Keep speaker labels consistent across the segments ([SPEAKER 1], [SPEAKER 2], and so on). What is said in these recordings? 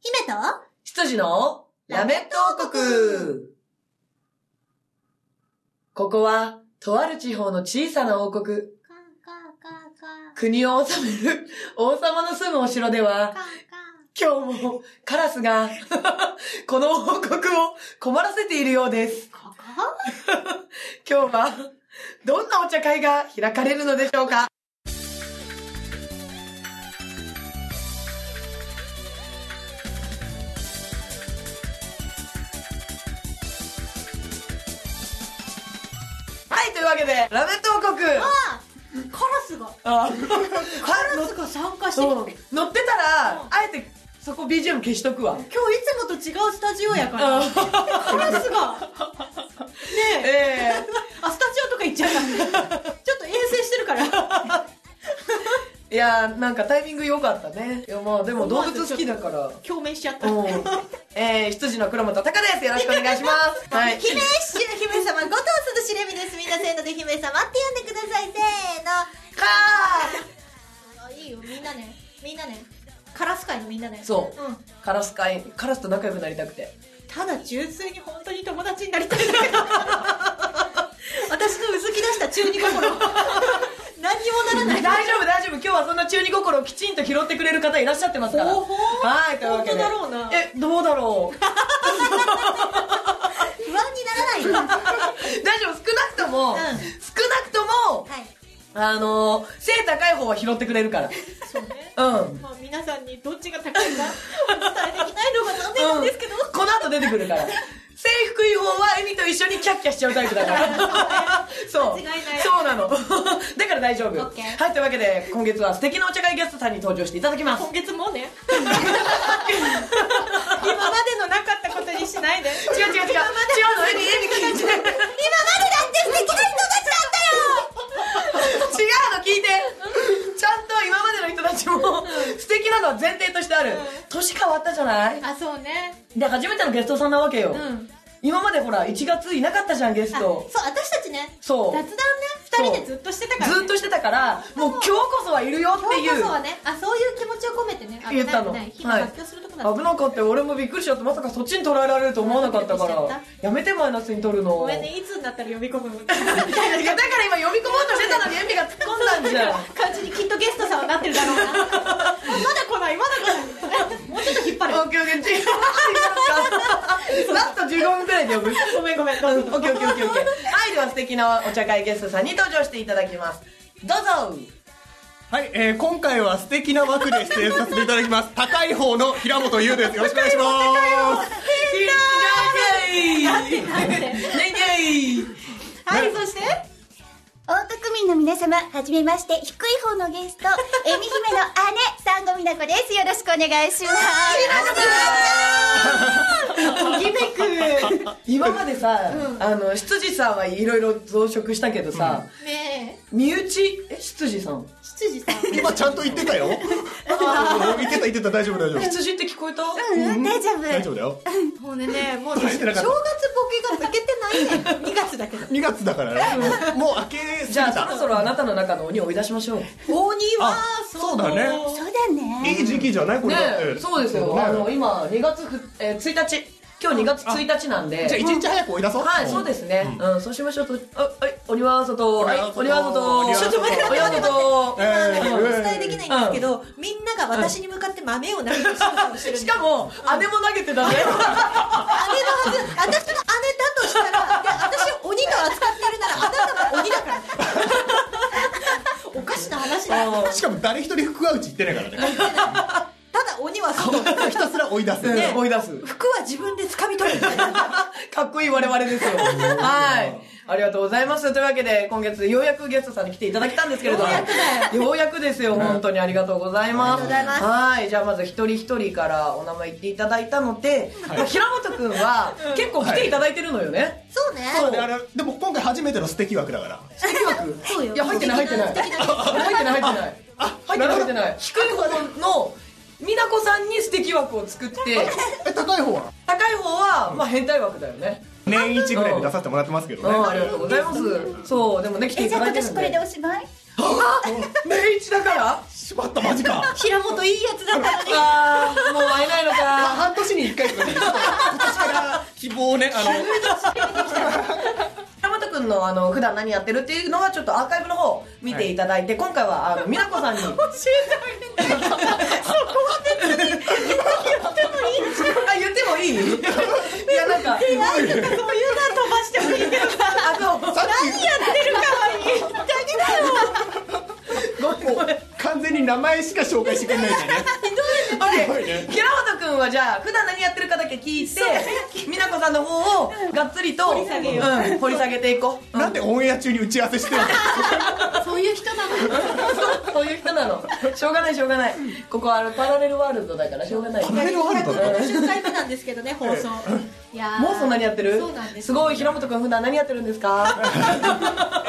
[SPEAKER 1] 姫と
[SPEAKER 2] 羊のラメット王国ここは、とある地方の小さな王国、
[SPEAKER 1] カンカンカンカン
[SPEAKER 2] 国を治める王様の住むお城では、
[SPEAKER 1] カン
[SPEAKER 2] 今日もカラスが、 この王国を困らせているようです。
[SPEAKER 1] カンここ
[SPEAKER 2] 今日は、どんなお茶会が開かれるのでしょうかはい、というわけで、ラメット王国
[SPEAKER 1] あカラスが
[SPEAKER 2] あ
[SPEAKER 1] カラスが参加してきて今
[SPEAKER 2] そう
[SPEAKER 1] 日い
[SPEAKER 2] 乗ってたら、
[SPEAKER 1] うん
[SPEAKER 2] あえてそこ BGM 消しとくわ。
[SPEAKER 1] つもと違うスタジオやから
[SPEAKER 2] うん
[SPEAKER 1] カラスがねえ
[SPEAKER 2] え
[SPEAKER 1] あスタジオとか行っちゃったちょっと遠征してるから
[SPEAKER 2] えいやーなんかタイミング良かったね。いやまあでも動物好きだから。
[SPEAKER 1] 共鳴しちゃった
[SPEAKER 2] うん。えー、羊の黒本隆です。よろしくお願いし ます。はい。
[SPEAKER 1] 姫主姫様ごとすずしれみですみんなせーので姫様って呼んでくださいせーの
[SPEAKER 2] か
[SPEAKER 1] あいいよみんなねみんなねカラス界のみんなね
[SPEAKER 2] そうんーカラス会、カラスと仲良くなりたくて。
[SPEAKER 1] ただ純粋に本当に友達になりたいだけ私のうずき出した中二心何にもならな
[SPEAKER 2] 大
[SPEAKER 1] い
[SPEAKER 2] 丈夫大丈夫。今日はそんな中二心をきちんと拾ってくれる方いらっしゃってますから。
[SPEAKER 1] おほー
[SPEAKER 2] はい、というわけで。
[SPEAKER 1] 本当だろうな
[SPEAKER 2] え、どうだろう。
[SPEAKER 1] 不安にならない
[SPEAKER 2] 大丈夫、少なくとも、
[SPEAKER 1] うん
[SPEAKER 2] 少なくとも、
[SPEAKER 1] はい
[SPEAKER 2] あのー、背高い方は拾ってくれるから。
[SPEAKER 1] そうね
[SPEAKER 2] うん。
[SPEAKER 1] まあ皆さんにどっちが高いか伝えできないのが残念なんですけど、
[SPEAKER 2] うんこの後出てくるから 制服違法はエミと一緒にキャッキャしちゃうタイプだ からそう
[SPEAKER 1] 間違いない
[SPEAKER 2] そうなの だから大丈夫
[SPEAKER 1] オッケー
[SPEAKER 2] はいというわけで今月は素敵なお茶会ゲストさんに登場していただきます
[SPEAKER 1] 今月もね今までのなかったことにしないで
[SPEAKER 2] 違う違う違う違うのエミエミ聞いて違う
[SPEAKER 1] 今までだ
[SPEAKER 2] の
[SPEAKER 1] って素敵な人たちなんだよ
[SPEAKER 2] 聞いてちゃんと今までの人たちも素敵なのは前提としてある
[SPEAKER 1] うん
[SPEAKER 2] 年変わったじゃない
[SPEAKER 1] あそうね
[SPEAKER 2] で初めてのゲストさんなわけよ
[SPEAKER 1] うん
[SPEAKER 2] 今までほら1月いなかったじゃんゲス
[SPEAKER 1] あ
[SPEAKER 2] ト
[SPEAKER 1] そう私たちね
[SPEAKER 2] そう
[SPEAKER 1] 雑談ね二人でずっとしてたから、ね、
[SPEAKER 2] ずっとしてたからもう今日こそはいるよってい
[SPEAKER 1] 今
[SPEAKER 2] う
[SPEAKER 1] 日こそはねあそういう気持ちを込めてねあ
[SPEAKER 2] 言ったの
[SPEAKER 1] 危ない危
[SPEAKER 2] は
[SPEAKER 1] ないい発表するとこだった、
[SPEAKER 2] 危なかったよ俺もびっくりしちゃってまさかそっちに捉えられると思わなかったか
[SPEAKER 1] びっくりしちゃっ
[SPEAKER 2] らやめてマイナスに取るの
[SPEAKER 1] ごめんねいつになったら呼び込む
[SPEAKER 2] いやだから今読み込もうとしてたのにエミが突っ込んだん じゃん
[SPEAKER 1] 感じにきっとゲストさんはなってるだろ うなあまだ来ないまだ来ないもうちょっと引っ張る
[SPEAKER 2] オッケーオッケー違うラスト15分くらいで呼ぶ
[SPEAKER 1] ごめんごめんど
[SPEAKER 2] オ
[SPEAKER 1] う
[SPEAKER 2] ッケーオッケーオッケーオッケーはいでは素敵なお茶会ゲストさんに登場していただきますどうぞ
[SPEAKER 3] はい、えー、今回は素敵な枠で出演させていただきます。高い方の平本優です。よろしくお願いします。
[SPEAKER 2] イ
[SPEAKER 1] なんてなんて
[SPEAKER 2] イイイ
[SPEAKER 1] はいそして
[SPEAKER 4] 大田区民の皆様、はじめまして、低い方のゲスト、えみ姫の姉、サンゴみなこです。よろしくお願いし
[SPEAKER 1] ときめく
[SPEAKER 2] 今までさ、あの羊さんはいろいろ増殖したけどさ、
[SPEAKER 1] ね
[SPEAKER 2] 身内え羊さん
[SPEAKER 1] え羊 さん
[SPEAKER 3] 今ちゃんと言ってたよ。言ってた言ってた大丈夫大丈夫。
[SPEAKER 2] 羊って聞こえた、
[SPEAKER 4] ます。うん、大丈夫。
[SPEAKER 3] 大丈夫だよ。
[SPEAKER 1] もうねねもうね正月
[SPEAKER 3] てなかった
[SPEAKER 1] ボケが抜けてないね2月だけど
[SPEAKER 3] 2月だからね。もう明けすぎ
[SPEAKER 2] じゃあそろ
[SPEAKER 3] た。
[SPEAKER 2] そろあなたの中の鬼を追い出しましょう
[SPEAKER 1] 大には
[SPEAKER 3] あそうだね
[SPEAKER 4] そうだ
[SPEAKER 3] い
[SPEAKER 4] ね。
[SPEAKER 3] い時期じゃないこれ
[SPEAKER 2] ね
[SPEAKER 3] だって。
[SPEAKER 2] えそうですよ、
[SPEAKER 3] ね
[SPEAKER 2] あの今2月ふ、えー1日今日2月1日なんで
[SPEAKER 3] じゃあ一日早く追い出そう。。
[SPEAKER 2] はいそうですすねうん、そうしましょうとあはい鬼は外はい鬼
[SPEAKER 3] 鬼
[SPEAKER 2] は
[SPEAKER 3] は
[SPEAKER 2] 外
[SPEAKER 3] 外
[SPEAKER 2] ちょっと待って鬼は
[SPEAKER 3] え
[SPEAKER 2] 外
[SPEAKER 3] ー
[SPEAKER 1] あのお伝えできないんですけど、みんなが私に向かって豆を投げて仕草をしてるん
[SPEAKER 2] し
[SPEAKER 1] で
[SPEAKER 2] かも姉も投げてたね
[SPEAKER 1] 姉のはず私が姉だとしたらで私を鬼と扱っているならあなたも鬼だからねおかしな話だよ
[SPEAKER 3] しかも誰一人福は内言ってないからね。
[SPEAKER 1] ただ鬼は外
[SPEAKER 3] ひたすら追い出す。
[SPEAKER 2] ね追い出す
[SPEAKER 1] 服は自分で掴み取るみたいな
[SPEAKER 2] かっこいい我々ですよはいありがとうございますというわけで今月ようやくゲストさんに来ていただきたんですけれども
[SPEAKER 1] ようやくだ
[SPEAKER 2] ようやくですよ本当にありがとうございます
[SPEAKER 1] ありがとうございます
[SPEAKER 2] はいじゃあまず一人一人からお名前言っていただいたので、
[SPEAKER 3] はい
[SPEAKER 2] まあ平本くんは結構来ていただいてるのよね、
[SPEAKER 1] そうね
[SPEAKER 3] そうねあれでも今回初めての素敵枠だから。
[SPEAKER 2] 素敵枠
[SPEAKER 1] そうよ
[SPEAKER 2] いや入ってない入ってない
[SPEAKER 1] 素敵な素敵な
[SPEAKER 2] 入ってない入ってない
[SPEAKER 3] あ
[SPEAKER 2] 入ってない入って
[SPEAKER 3] なる
[SPEAKER 2] ない低い方の美奈子さんに素敵枠を作って
[SPEAKER 3] ほどえ高い方は
[SPEAKER 2] 高い方はまあ変態枠だよね
[SPEAKER 3] 年一ぐらいで出させてもらってますけど
[SPEAKER 2] うん
[SPEAKER 3] ね。
[SPEAKER 2] ありがとうございますそうでもね来て
[SPEAKER 4] え、
[SPEAKER 2] い
[SPEAKER 4] じゃ
[SPEAKER 2] た
[SPEAKER 4] あ
[SPEAKER 2] だいてる
[SPEAKER 4] 今年
[SPEAKER 2] ん
[SPEAKER 4] こ
[SPEAKER 2] で
[SPEAKER 4] れでおしまい
[SPEAKER 2] 年一だから
[SPEAKER 3] しまったマジか
[SPEAKER 1] 平本いいやつだったのに
[SPEAKER 2] あーもう会えないのか
[SPEAKER 3] 半年に一回とかで今年から希望をね あの
[SPEAKER 2] 山本君のあの普段何やってるっていうのはちょっとアーカイブの方見ていただいて、今回はあの美奈子さんに教えてあげてそこは別に言ってもいい言ってもいいいやなん か
[SPEAKER 1] なんとかそういうな飛ばしてもいいけど
[SPEAKER 2] あの
[SPEAKER 3] さっ きもう完全に名前しか紹介してくれないんだね
[SPEAKER 2] オッケ
[SPEAKER 3] すごい
[SPEAKER 2] ー
[SPEAKER 3] ね
[SPEAKER 2] 平本君はじゃあ普段何やってるかだけ聞いて美奈子さんの方をがっつりと掘り
[SPEAKER 1] 下げよ
[SPEAKER 2] うん、掘り下げていこう、
[SPEAKER 3] なんでオンエア中に打ち合わせしてるの
[SPEAKER 1] そういう人なの
[SPEAKER 2] そういう人なのしょうがないしょうがないここはあのパラレルワールドだからしょうがない
[SPEAKER 3] パラレルワールド だ
[SPEAKER 1] 50回目なんですけどね放送いやー
[SPEAKER 2] もうそんなにやってる
[SPEAKER 1] そうなんです
[SPEAKER 2] ごい平本君普段何やってるんです か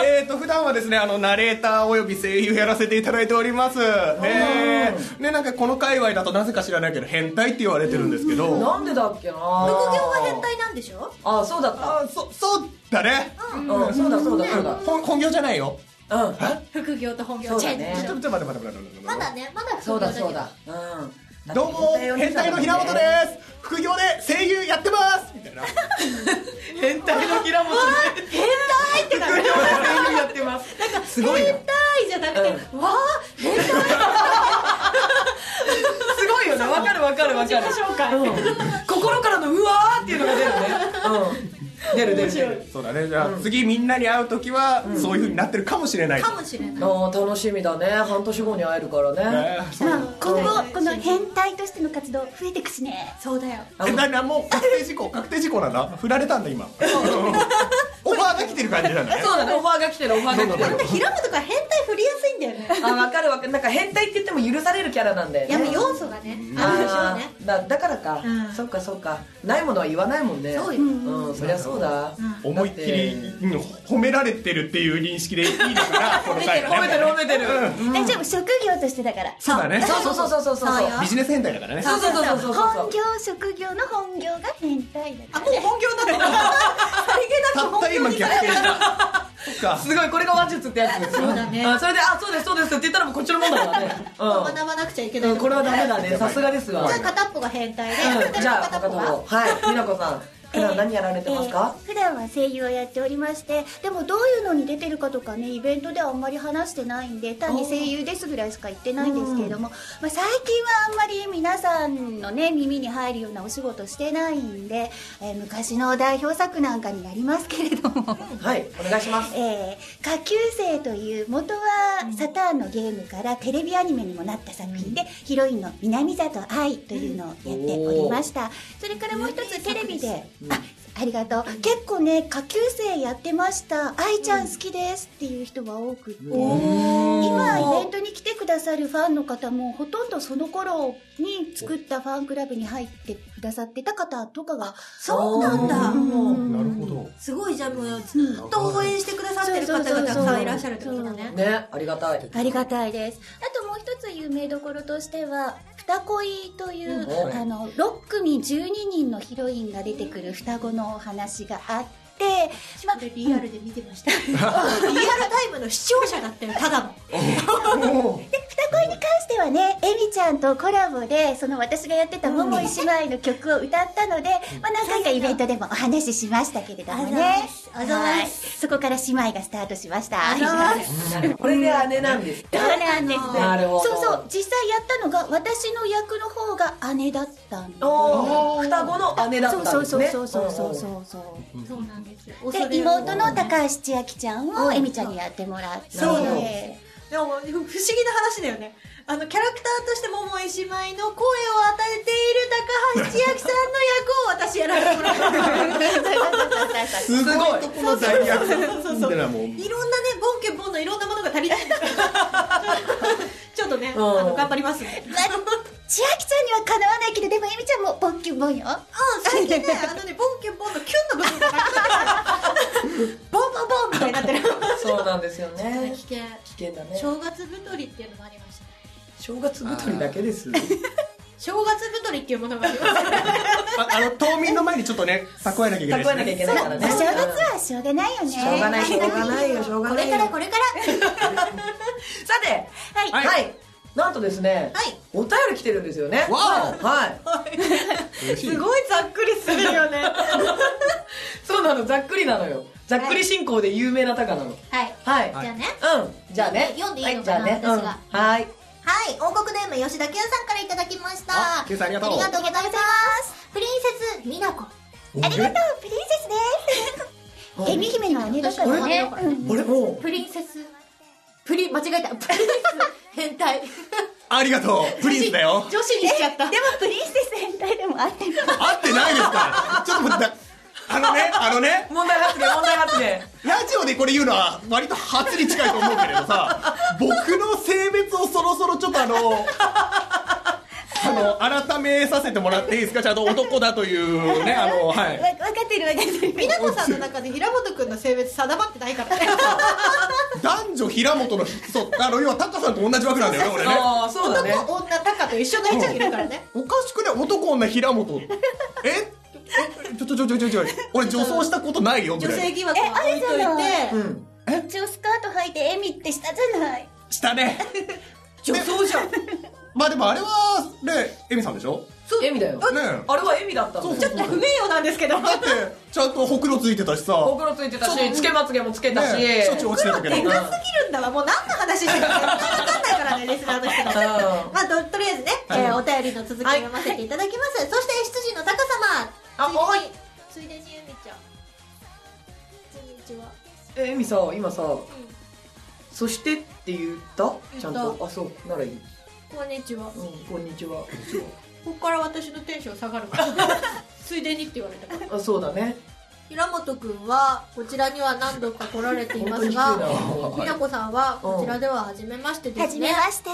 [SPEAKER 3] えーと普段はですねあのナレーターおよび声優やらせていただいておりますねねなんかこの界隈だとなぜか知らないけど変態って言われてるんですけど
[SPEAKER 2] なんでだっけな
[SPEAKER 1] 副業は変態なんでしょ
[SPEAKER 2] あそうだった
[SPEAKER 3] あそそうだね
[SPEAKER 2] うんそうだそうだそうだ
[SPEAKER 3] 本本業じゃないよ
[SPEAKER 2] うん
[SPEAKER 1] 副業と本業
[SPEAKER 2] そうだ
[SPEAKER 3] ちょっ
[SPEAKER 2] ね
[SPEAKER 3] と待って待って待って待って
[SPEAKER 1] まだねまだ副業
[SPEAKER 2] そうだ
[SPEAKER 1] だけど
[SPEAKER 2] そうだうん
[SPEAKER 3] どうも変態の平本です副業で声優やってますみたいな
[SPEAKER 2] 変態の平本です
[SPEAKER 1] 変態ってな
[SPEAKER 2] 副業で声優やってますなんかすごいな
[SPEAKER 1] 変態じゃなくて、わあ変態
[SPEAKER 2] すごいよねわかるわかるわかる
[SPEAKER 1] 自己紹介
[SPEAKER 2] うん心からのうわーっていうのが出るねうん出る出る出る
[SPEAKER 3] そうだねじゃあ次みんなに会う時はそういう風になってるかもしれない
[SPEAKER 1] かもしれない
[SPEAKER 2] あー楽しみだね半年後に会えるからね
[SPEAKER 3] ねそう
[SPEAKER 4] 今後この変態としての活動増えてくしね
[SPEAKER 1] そうだよ
[SPEAKER 3] えななもう確定事項確定事項なんだ振られたんだ今オファーが来てる感じなんだね
[SPEAKER 2] そうだねオファーが来てるオファーが来て
[SPEAKER 1] なん
[SPEAKER 2] る
[SPEAKER 1] か平本が変態振りやすいんだよね
[SPEAKER 2] あわかるわかるなんか変態って言っても許されるキャラなんだよね
[SPEAKER 1] やっぱ要素がねあるでしょう
[SPEAKER 2] あ
[SPEAKER 1] ね
[SPEAKER 2] ーだだからか、
[SPEAKER 1] うん
[SPEAKER 2] そっかそっかないものは言わないもんね
[SPEAKER 1] そうよ
[SPEAKER 2] ん、そりゃそうだ、
[SPEAKER 3] 思いっきり、うん褒められてるっていう認識でいいのかなこの回は
[SPEAKER 2] 褒めてる褒めてる、
[SPEAKER 4] 大丈夫職業としてだから
[SPEAKER 3] そうだね
[SPEAKER 2] そうそうそうそうそうそう
[SPEAKER 1] そうよ
[SPEAKER 3] ビジネス変態だからね
[SPEAKER 2] そうそうそうそうそう
[SPEAKER 4] 本業職業の本業が変態だ
[SPEAKER 1] あ
[SPEAKER 4] か
[SPEAKER 1] もう本業 だからさりげなく
[SPEAKER 3] たっ
[SPEAKER 1] 本
[SPEAKER 3] た
[SPEAKER 1] 業
[SPEAKER 3] 今
[SPEAKER 1] に
[SPEAKER 3] 逆転したそっか
[SPEAKER 2] すごいこれが話術ってやつですよ
[SPEAKER 1] そうだね
[SPEAKER 2] あそれで「あそうですそうです」って言ったらもうこっちのもんだからね、う
[SPEAKER 1] 学ばなくちゃいけ
[SPEAKER 2] ん
[SPEAKER 1] な
[SPEAKER 2] う
[SPEAKER 1] い
[SPEAKER 2] ん、これはダメだねさすがですわ
[SPEAKER 1] じゃあ片っぽが変態で
[SPEAKER 2] うん、じゃあ
[SPEAKER 1] 片っ
[SPEAKER 2] 他
[SPEAKER 1] ぽ
[SPEAKER 2] の
[SPEAKER 1] が
[SPEAKER 2] 方はい美奈子さん普段何やられてますか、
[SPEAKER 4] えー普段は声優をやっておりましてでもどういうのに出てるかとかねイベントではあんまり話してないんで単に声優ですぐらいしか言ってないんですけれども、まあ、最近はあんまり皆さんのね耳に入るようなお仕事してないんで、えー昔の代表作なんかになりますけれども。
[SPEAKER 2] はいお願いします
[SPEAKER 4] えー下級生という元はサターンのゲームからテレビアニメにもなった作品で、ヒロインの南里愛というのをやっておりましたそれからもう一つテレビで、あありがとう結構ね下級生やってました愛ちゃん好きですっていう人が多くて、今イベントに来てくださるファンの方もほとんどその頃に作ったファンクラブに入ってくださってた方とかが
[SPEAKER 1] そうなんだ
[SPEAKER 4] うん
[SPEAKER 3] なるほど
[SPEAKER 1] すごいじゃあもうずっと応援してくださってる方がたくさんいらっしゃるってことだね
[SPEAKER 2] ねありがたい
[SPEAKER 4] ありがたいです。あともう一つ有名どころとしては、双恋という、
[SPEAKER 2] うん
[SPEAKER 4] あの、6組12人のヒロインが出てくる双子のお話があって、まあ
[SPEAKER 1] これリアルで見てま したリアルタイムの視聴者だったよただの
[SPEAKER 4] で双恋に関してはねエミちゃんとコラボでその私がやってた桃井姉妹の曲を歌ったので、まあ、何回かイベントでもお話ししましたけれどもね
[SPEAKER 1] あざますあざます
[SPEAKER 4] はいそこから姉妹がスタートしました
[SPEAKER 1] あざます
[SPEAKER 2] これで姉なんです
[SPEAKER 4] そうなんです
[SPEAKER 2] なるほど
[SPEAKER 4] そうそう実際やったのが私の役の方が姉だったんで
[SPEAKER 2] おお双子の姉だったん
[SPEAKER 4] そう
[SPEAKER 2] です
[SPEAKER 4] そう
[SPEAKER 2] ね
[SPEAKER 4] そうそうそう
[SPEAKER 2] う
[SPEAKER 4] そうそう
[SPEAKER 1] そうなんですよ
[SPEAKER 4] で妹の高橋千秋ちゃんを
[SPEAKER 1] うん
[SPEAKER 4] えみちゃんにやってもらって
[SPEAKER 2] なるほど
[SPEAKER 1] でもふ不思議な話だよねあのキャラクターとして桃井姉妹の声を与えている高橋千秋さんの役を私やらせてもらった
[SPEAKER 3] すごいとこの大役
[SPEAKER 1] そうそう
[SPEAKER 3] だからもう
[SPEAKER 1] いろんなねボンケンボンのいろんなものが足 りないんだちょっとね、
[SPEAKER 2] うん
[SPEAKER 1] あの頑張りますね
[SPEAKER 4] まあ千秋ちゃんにはかなわないけどでもえみちゃんもボッキュボンよ
[SPEAKER 1] うん最近ねあのねボンケンボンのキュンの部分がなくなって るボンボンボンみたいになって る
[SPEAKER 2] そうなんですよね
[SPEAKER 1] 危険
[SPEAKER 2] 危険だね
[SPEAKER 1] 正月太りっていうのもありましたね
[SPEAKER 2] 正月太りだけです
[SPEAKER 1] 正月太りっていうものがあ りましたね
[SPEAKER 3] ああの冬眠の前にちょっとね蓄えなきゃいけない
[SPEAKER 2] 蓄えなきゃいけないから
[SPEAKER 4] お
[SPEAKER 2] ね
[SPEAKER 4] 正月はしょうがないよね
[SPEAKER 2] しょうがないしょうがないよしょうが
[SPEAKER 1] こ
[SPEAKER 2] な
[SPEAKER 1] れ
[SPEAKER 2] い
[SPEAKER 1] から
[SPEAKER 2] よ
[SPEAKER 1] これから
[SPEAKER 3] はい
[SPEAKER 2] はいなんとですね、
[SPEAKER 1] はい
[SPEAKER 2] お便り来てるんですよね
[SPEAKER 3] わお
[SPEAKER 2] はい
[SPEAKER 3] 嬉しい
[SPEAKER 1] すごいざっくりするよね
[SPEAKER 2] そうなのざっくりなのよざっくり進行で有名なタカなの
[SPEAKER 1] はい
[SPEAKER 2] はい、
[SPEAKER 3] は
[SPEAKER 1] じゃあね
[SPEAKER 2] うんじゃあね
[SPEAKER 1] 読んでいいのかな
[SPEAKER 2] はいじゃあ
[SPEAKER 1] 私
[SPEAKER 2] ねうん、はい
[SPEAKER 1] はい、王国ネーム吉田健さんからいただきました
[SPEAKER 3] あ健さんありがとう
[SPEAKER 1] ありがとうございますプリンセス美奈子
[SPEAKER 4] ありがとうプリンセスですデミ姫の姉だから
[SPEAKER 1] あれ
[SPEAKER 4] ねうん
[SPEAKER 2] あれも
[SPEAKER 1] プリンセスプリン間違えたプリンセス変態
[SPEAKER 3] ありがとうプリンスだよ
[SPEAKER 1] 女子にしちゃった
[SPEAKER 4] でもプリンセス全体でもあってる
[SPEAKER 3] 合ってないですからちょっと待ってあのねあのね
[SPEAKER 2] う問題発言問題発言
[SPEAKER 3] ラジオでこれ言うのは割と初に近いと思うけれどさ僕の性別をそろそろちょっとあのあの改めさせてもらっていいですかちゃんと男だというねあのは
[SPEAKER 4] わ
[SPEAKER 3] い
[SPEAKER 4] 分かってる分かってる
[SPEAKER 1] 美奈子さんの中で平本君の性別定まってないからね
[SPEAKER 3] 男女平本のそうあの要はタカさんと同じ枠なんだよね俺ね
[SPEAKER 2] ああそうだね
[SPEAKER 1] 男女タカと一緒の位置にいるからね
[SPEAKER 3] おかしくない男女平本ええちょちょちょちょちょちょ俺女装したことないよぐ
[SPEAKER 1] 女
[SPEAKER 3] ら
[SPEAKER 1] 性
[SPEAKER 3] い
[SPEAKER 1] 疑惑は置いといて
[SPEAKER 4] えあるじゃ
[SPEAKER 2] うん
[SPEAKER 4] 一応スカート履いて笑みってしたじゃない
[SPEAKER 3] したね
[SPEAKER 2] 女装じゃん
[SPEAKER 3] まあでもあれはねエミさんでしょ
[SPEAKER 2] エミだよ
[SPEAKER 3] ねえ
[SPEAKER 2] あれはエミだったの
[SPEAKER 3] そう
[SPEAKER 2] ち
[SPEAKER 3] そ
[SPEAKER 2] ょ
[SPEAKER 3] う
[SPEAKER 2] っ
[SPEAKER 3] そう
[SPEAKER 2] と不名誉なんですけ ど
[SPEAKER 3] だってちゃんとほくろついてたしさ
[SPEAKER 2] ほくろついてた
[SPEAKER 3] そう
[SPEAKER 2] しつけまつげもつけたし、
[SPEAKER 3] ねえ処置落ちてたけど
[SPEAKER 1] でかすぎるんだわもう何の話してるか絶対分かんないからねリスナーの人が
[SPEAKER 2] うん
[SPEAKER 1] まあととりあえずね、えーお便りの続きを読ませていただきます、そして羊の高様
[SPEAKER 2] あおい
[SPEAKER 1] ついでについでにゆみちゃんこんにちは
[SPEAKER 2] えエミさ今さ、そしてって言ったちゃんとあそうならいい、うん、
[SPEAKER 1] こんにちは
[SPEAKER 2] こんにちは
[SPEAKER 1] ここから私のテンション下がるからついでにって言われたから
[SPEAKER 2] あそうだね
[SPEAKER 1] 平本くんはこちらには何度か来られています
[SPEAKER 2] 本当に
[SPEAKER 1] が
[SPEAKER 2] 低いな
[SPEAKER 1] 美奈子さんはこちらでは初めましてで
[SPEAKER 4] 初
[SPEAKER 1] す
[SPEAKER 4] め
[SPEAKER 1] ね
[SPEAKER 4] まして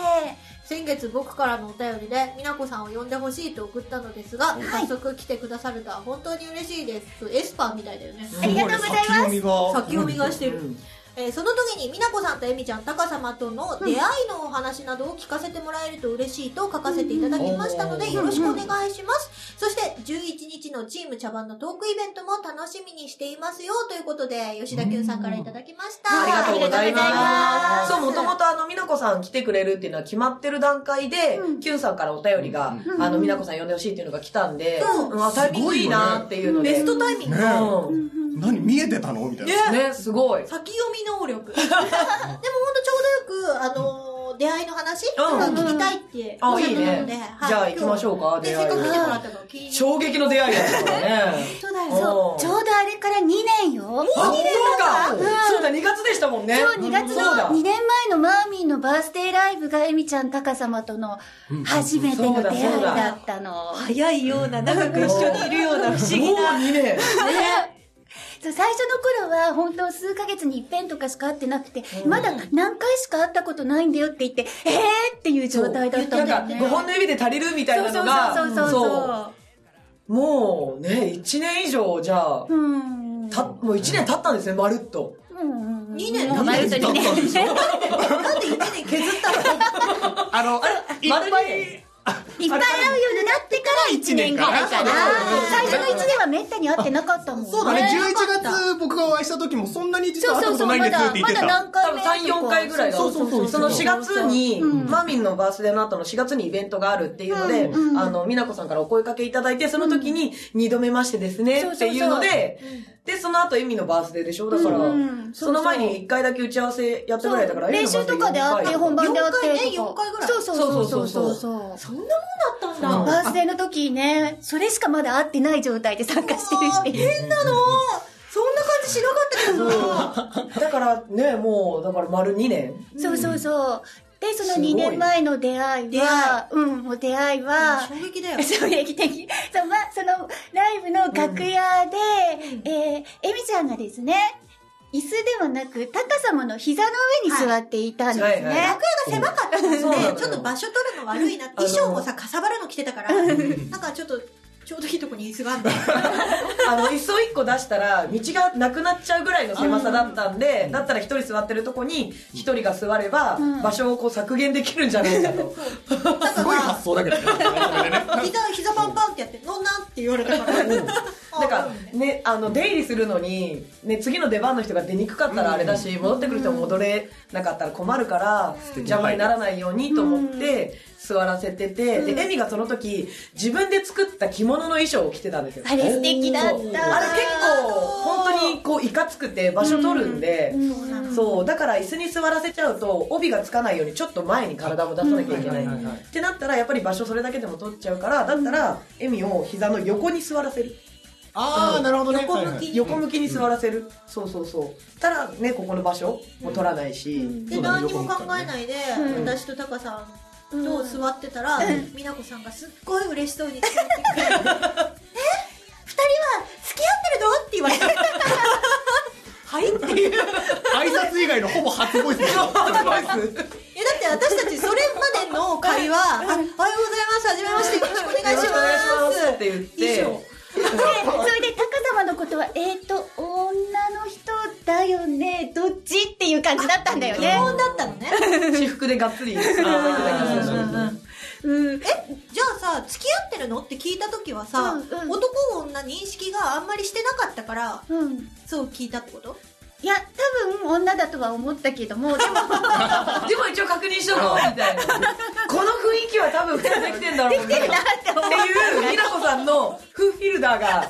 [SPEAKER 1] 先月僕からのお便りで美奈子さんを呼んでほしいと送ったのですが、早速来てくださるとは本当に嬉しいですエスパーみたいだよね、
[SPEAKER 4] ありがとうございます
[SPEAKER 3] すごいね先読み
[SPEAKER 1] 先
[SPEAKER 3] が
[SPEAKER 1] 読みがしてる、
[SPEAKER 2] うん
[SPEAKER 1] えーその時に美奈子さんとエミちゃんタカ様との出会いのお話などを聞かせてもらえると嬉しいと書かせていただきましたので、
[SPEAKER 2] うん
[SPEAKER 1] よろしくお願いします、そして11日のチーム茶番のトークイベントも楽しみにしていますよということで吉田んさんからいただきました、
[SPEAKER 2] ありがとうござ
[SPEAKER 1] あ
[SPEAKER 2] い
[SPEAKER 1] り
[SPEAKER 2] ま
[SPEAKER 1] が
[SPEAKER 2] す。
[SPEAKER 1] と
[SPEAKER 2] そう、もともとあの、美奈子さん来てくれるっていうのは決まってる段階で、
[SPEAKER 4] うん
[SPEAKER 2] キュンさんからお便りが、
[SPEAKER 4] うん
[SPEAKER 2] あの、美奈子さん呼んでほしいっていうのが来たんで、
[SPEAKER 1] うん
[SPEAKER 2] うんあタイミングいいなっていうので。
[SPEAKER 1] ベストタイミング、
[SPEAKER 3] ね
[SPEAKER 2] うん
[SPEAKER 4] うんうん
[SPEAKER 3] 何見えてたのみたいな
[SPEAKER 2] ね、すごい。
[SPEAKER 1] 先読み能 力でもほんとちょうどよくあのー出会いの話とか聞きたいって
[SPEAKER 2] あ、
[SPEAKER 1] おっしゃっ
[SPEAKER 2] いい
[SPEAKER 1] てた
[SPEAKER 2] ね
[SPEAKER 1] ので、。
[SPEAKER 2] じゃあ行きまし
[SPEAKER 1] ょ
[SPEAKER 2] ょうか、
[SPEAKER 1] で
[SPEAKER 2] 出
[SPEAKER 1] せっ
[SPEAKER 2] 会
[SPEAKER 1] かく来てもら
[SPEAKER 2] い。
[SPEAKER 1] ったから聞いて
[SPEAKER 2] 衝撃の出会いだったからね。
[SPEAKER 1] そうだよ
[SPEAKER 2] お
[SPEAKER 4] そううちょうどあれから2年よ
[SPEAKER 2] あ、本
[SPEAKER 4] う
[SPEAKER 2] 当
[SPEAKER 4] ん
[SPEAKER 2] か。そうだ、2月でしたもんね。
[SPEAKER 4] そう2月
[SPEAKER 2] そうだ
[SPEAKER 4] の2年前のマーミーのバースデーライブがエミちゃんタカ様との初めての出会いだったの
[SPEAKER 1] 早いような長くいるような不思
[SPEAKER 2] もう2年。
[SPEAKER 4] そう最初の頃は本当数ヶ月に一遍とかしか会ってなくて、まだ何回しか会ったことないんだよって言ってえーっていう状態だったんだよね
[SPEAKER 2] なんか、5本の指で足りるみたいなのが、。
[SPEAKER 4] そうそうそうそうそう
[SPEAKER 2] もうね、1年以上、じゃあ
[SPEAKER 4] う、うん
[SPEAKER 2] た、もう1年経ったんですね、まるっと。
[SPEAKER 4] うん
[SPEAKER 1] 2年
[SPEAKER 4] だ
[SPEAKER 1] だ
[SPEAKER 4] ま
[SPEAKER 1] ね
[SPEAKER 4] るっと2年
[SPEAKER 3] でしょ
[SPEAKER 1] なんで1年 削ったの
[SPEAKER 3] あのいっ
[SPEAKER 2] 丸
[SPEAKER 3] ぱ
[SPEAKER 2] ね
[SPEAKER 3] い
[SPEAKER 4] いっぱい会うようになってから1年ぐらいかな最初の1年はめったに会ってなかったもん
[SPEAKER 3] そうだね
[SPEAKER 1] ね
[SPEAKER 3] 11月僕がお会いした時もそんなに実は
[SPEAKER 4] そう
[SPEAKER 3] 会った
[SPEAKER 4] そ
[SPEAKER 3] ことないん
[SPEAKER 4] うそうま
[SPEAKER 3] ですって言っ
[SPEAKER 4] だま
[SPEAKER 3] て
[SPEAKER 4] だ
[SPEAKER 3] た
[SPEAKER 2] 多
[SPEAKER 4] 何回も
[SPEAKER 2] 分
[SPEAKER 4] 会って
[SPEAKER 2] 3、4回ぐらいだ
[SPEAKER 3] そうそうそう
[SPEAKER 2] その4月に、
[SPEAKER 4] うん
[SPEAKER 2] マミンのバースデーの後の4月にイベントがあるっていうので、
[SPEAKER 4] うんうん
[SPEAKER 2] あの、美奈子さんからお声かけいただいて、その時に2度目ましてですね、
[SPEAKER 4] そう
[SPEAKER 2] っ
[SPEAKER 4] そうそう
[SPEAKER 2] ていうので、で、その後エミのバースデーでしょだから、
[SPEAKER 4] うんうん
[SPEAKER 2] その前に1回だけ打ち合わせやったぐらいだから、エミ
[SPEAKER 4] 練
[SPEAKER 2] のバー
[SPEAKER 4] 習
[SPEAKER 2] スデー
[SPEAKER 4] とかで会って
[SPEAKER 2] 四回
[SPEAKER 4] 本番で会って
[SPEAKER 1] 四回ね四回ぐらい
[SPEAKER 4] そうそうそうそうそうそう
[SPEAKER 1] そんなもんだったんだ
[SPEAKER 2] うん
[SPEAKER 4] バースデーの時ねそれしかまだ会ってない状態で参加してるっていう
[SPEAKER 1] なのそんな感じしなかったけどな
[SPEAKER 2] だからね、もう、だから丸2年。
[SPEAKER 4] そうそうそうでそ
[SPEAKER 2] す
[SPEAKER 4] の
[SPEAKER 2] ごい
[SPEAKER 4] 2年前の出会いはうんもう出会いは
[SPEAKER 1] 衝撃だよ
[SPEAKER 4] 衝撃的そう、ま、そのライブの楽屋で、えー、えみちゃんがですね椅子ではなく高様の膝の上に座っていたんですね、
[SPEAKER 2] はいはいは
[SPEAKER 1] 楽
[SPEAKER 2] い
[SPEAKER 1] 屋が狭かったの
[SPEAKER 2] そうなのよ
[SPEAKER 1] でちょっと場所取るの悪いなって
[SPEAKER 2] あ の
[SPEAKER 1] 衣装もさかさばるの着てたからなんかちょっとちょうどいいとこに椅子があ るんだ
[SPEAKER 2] あの椅子を1個出したら道がなくなっちゃうぐらいの狭さだったんで、だったら1人座ってるとこに1人が座れば、場所をこう削減できるんじゃないかと、
[SPEAKER 3] すごい発想だけどね。それね
[SPEAKER 1] 膝膝パンパンってやって「飲んな」って言われたからなん
[SPEAKER 2] なんかねあの出入りするのに、ね、次の出番の人が出にくかったらあれだし、戻ってくる人も戻れなかったら困るから、邪魔にならないようにと思って座らせてて、でエミがその時自分で作った着物の衣装を着てたんですよ
[SPEAKER 4] あれ素敵だった
[SPEAKER 2] そうあれ結構本当にこういかつくて場所取るんで、そうだから椅子に座らせちゃうと帯がつかないようにちょっと前に体も出さなきゃいけない、
[SPEAKER 3] うんはいはいはいはい
[SPEAKER 2] ってなったらやっぱり場所それだけでも取っちゃうからだったらエミを膝の横に座らせる
[SPEAKER 3] ああ、なるほどね。
[SPEAKER 1] 横向き
[SPEAKER 3] はいはい
[SPEAKER 2] 横向きに座らせる、そうそうそうたらねここの場所も取らないし、
[SPEAKER 1] で何にも考えないで、私とタカさんと座ってたら、美奈子さんがすっごい嬉しそうに作ってきて「え二人は付き合ってるの?」って言われて「はい?」っていういやだ
[SPEAKER 3] 挨拶以外のほぼ初ボイスでしょ。
[SPEAKER 1] って私たちそれまでの会話「あおはようございますはじめましてよろしくお願いします」
[SPEAKER 2] よろしくお願いしますって言って
[SPEAKER 1] 以上
[SPEAKER 4] でそれでタカ様のことはえっ、ー、と女の人だよねどっちっていう感じだったんだよ
[SPEAKER 1] 疑
[SPEAKER 4] ね
[SPEAKER 1] 問だったのね
[SPEAKER 2] 私服でがっつり
[SPEAKER 1] うんえじゃあさ付き合ってるのって聞いた時はさ、
[SPEAKER 4] うんうん
[SPEAKER 1] 男女認識があんまりしてなかったから
[SPEAKER 4] うん
[SPEAKER 1] そう聞いたってこと
[SPEAKER 4] いや多分女だとは思ったけども でも
[SPEAKER 2] でも一応確認しと こうみたいなこの雰囲気は多分普通できてんだろうなって
[SPEAKER 4] なって思う
[SPEAKER 2] いう美奈子さんのフフィルダーが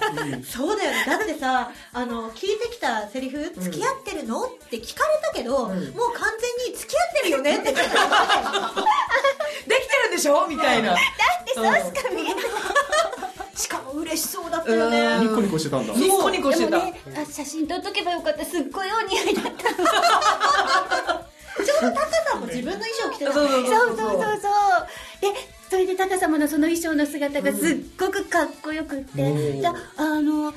[SPEAKER 1] そうだよねだってさあの聞いてきたセリフ「付き合ってるの?」って聞かれたけど、
[SPEAKER 2] ん
[SPEAKER 1] もう完全に「付き合ってるよね」って
[SPEAKER 2] できてるんでしょみたいな
[SPEAKER 4] だってそうしか見えない
[SPEAKER 1] しかも嬉しそうだったよね
[SPEAKER 2] うん
[SPEAKER 3] ニコニコしてたんだ。
[SPEAKER 2] ニコニコして
[SPEAKER 4] で
[SPEAKER 2] た、
[SPEAKER 4] もねあ写真撮っとけばよかったすっごいお似合いだった
[SPEAKER 1] ちょうどタカさんも自分の衣装着てた
[SPEAKER 2] そう
[SPEAKER 1] の
[SPEAKER 2] そう
[SPEAKER 4] そ
[SPEAKER 2] そうう
[SPEAKER 4] そ
[SPEAKER 2] そうう
[SPEAKER 4] そうそうでそれでタカ様のその衣装の姿がすっごくかっこよくって、
[SPEAKER 3] うん
[SPEAKER 4] であのエミ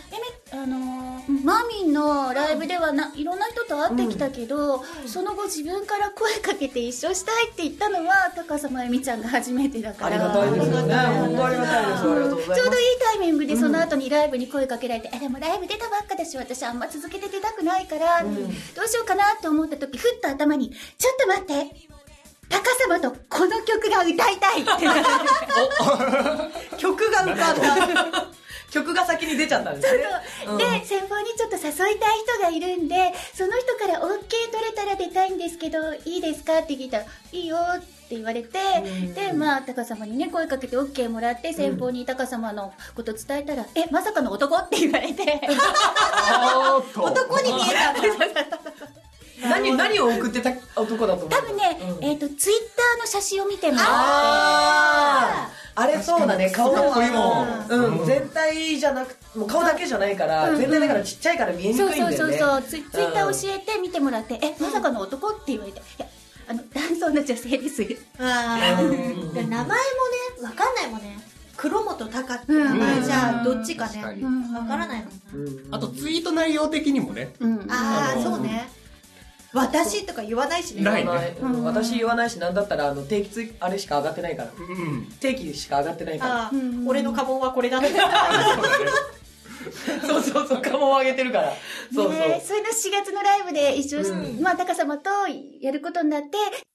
[SPEAKER 4] あのマミンのライブではないろんな人と会ってきたけど、その後自分から声かけて一緒したいって言ったのはタカ様エミちゃんが初めてだか
[SPEAKER 2] あ
[SPEAKER 4] ら
[SPEAKER 2] りがたいですよね本当ありがたいですありがとうございます
[SPEAKER 4] ちょうどいいタイミングでその後にライブに声かけられて、あでもライブ出たばっかだし私あんま続けて出たくないから、どうしようかなと思った時ふっと頭に「ちょっと待ってタカ様とこの曲が歌いたい」って
[SPEAKER 2] 曲が浮かんだ曲が先に出ちゃったんですね うん
[SPEAKER 4] で先方にちょっと誘いたい人がいるんでその人から OK 取れたら出たいんですけどいいですかって聞いたら「いいよ」って言われて、でまあタカ様にね声かけて OK もらって先方にタカ様のこと伝えたら「えまさかの男?」って言われて
[SPEAKER 3] あーっと
[SPEAKER 1] 男に見えたんだ
[SPEAKER 2] 何何を送ってた男だと思う
[SPEAKER 4] 多分ね、
[SPEAKER 2] うん
[SPEAKER 4] えっ、とツイッターの写真を見ても
[SPEAKER 2] あーあれそうだね顔
[SPEAKER 3] かっこいい
[SPEAKER 2] は
[SPEAKER 3] もん
[SPEAKER 2] うん全体じゃなくもう顔だけじゃないから、
[SPEAKER 4] うん
[SPEAKER 2] 全体だからちっちゃいから見えにくいん
[SPEAKER 4] そ
[SPEAKER 2] だ
[SPEAKER 4] う
[SPEAKER 2] よ
[SPEAKER 4] そう
[SPEAKER 2] ね
[SPEAKER 4] そうそうツイツイッター
[SPEAKER 2] うん
[SPEAKER 4] 教えて見てもらって「えまさかの男?」って言われて「いやあの男装の女性です」
[SPEAKER 1] あ
[SPEAKER 2] うん
[SPEAKER 1] ー名前もねわかんないもんね黒本タカって名前じゃどっちかね
[SPEAKER 3] うん確
[SPEAKER 1] わ
[SPEAKER 3] か
[SPEAKER 4] に
[SPEAKER 1] からないもんな
[SPEAKER 3] あとツイート内容的にもね。
[SPEAKER 4] うん
[SPEAKER 1] ああ
[SPEAKER 3] あの
[SPEAKER 1] そうね私とか言わないしね
[SPEAKER 3] ない
[SPEAKER 2] 言わない、
[SPEAKER 4] うん
[SPEAKER 2] 私言わないしなんだったらあの定期つあれしか上がってないから
[SPEAKER 3] うん。
[SPEAKER 2] 定期しか上がってないか
[SPEAKER 1] あ
[SPEAKER 4] う
[SPEAKER 1] ー
[SPEAKER 4] ん
[SPEAKER 1] 俺の家紋はこれだって
[SPEAKER 2] らそうそうそう顔を上げてるからそうそう、
[SPEAKER 4] ねそれの4月のライブで一緒、
[SPEAKER 2] うん
[SPEAKER 4] まあ、高様とやることになって、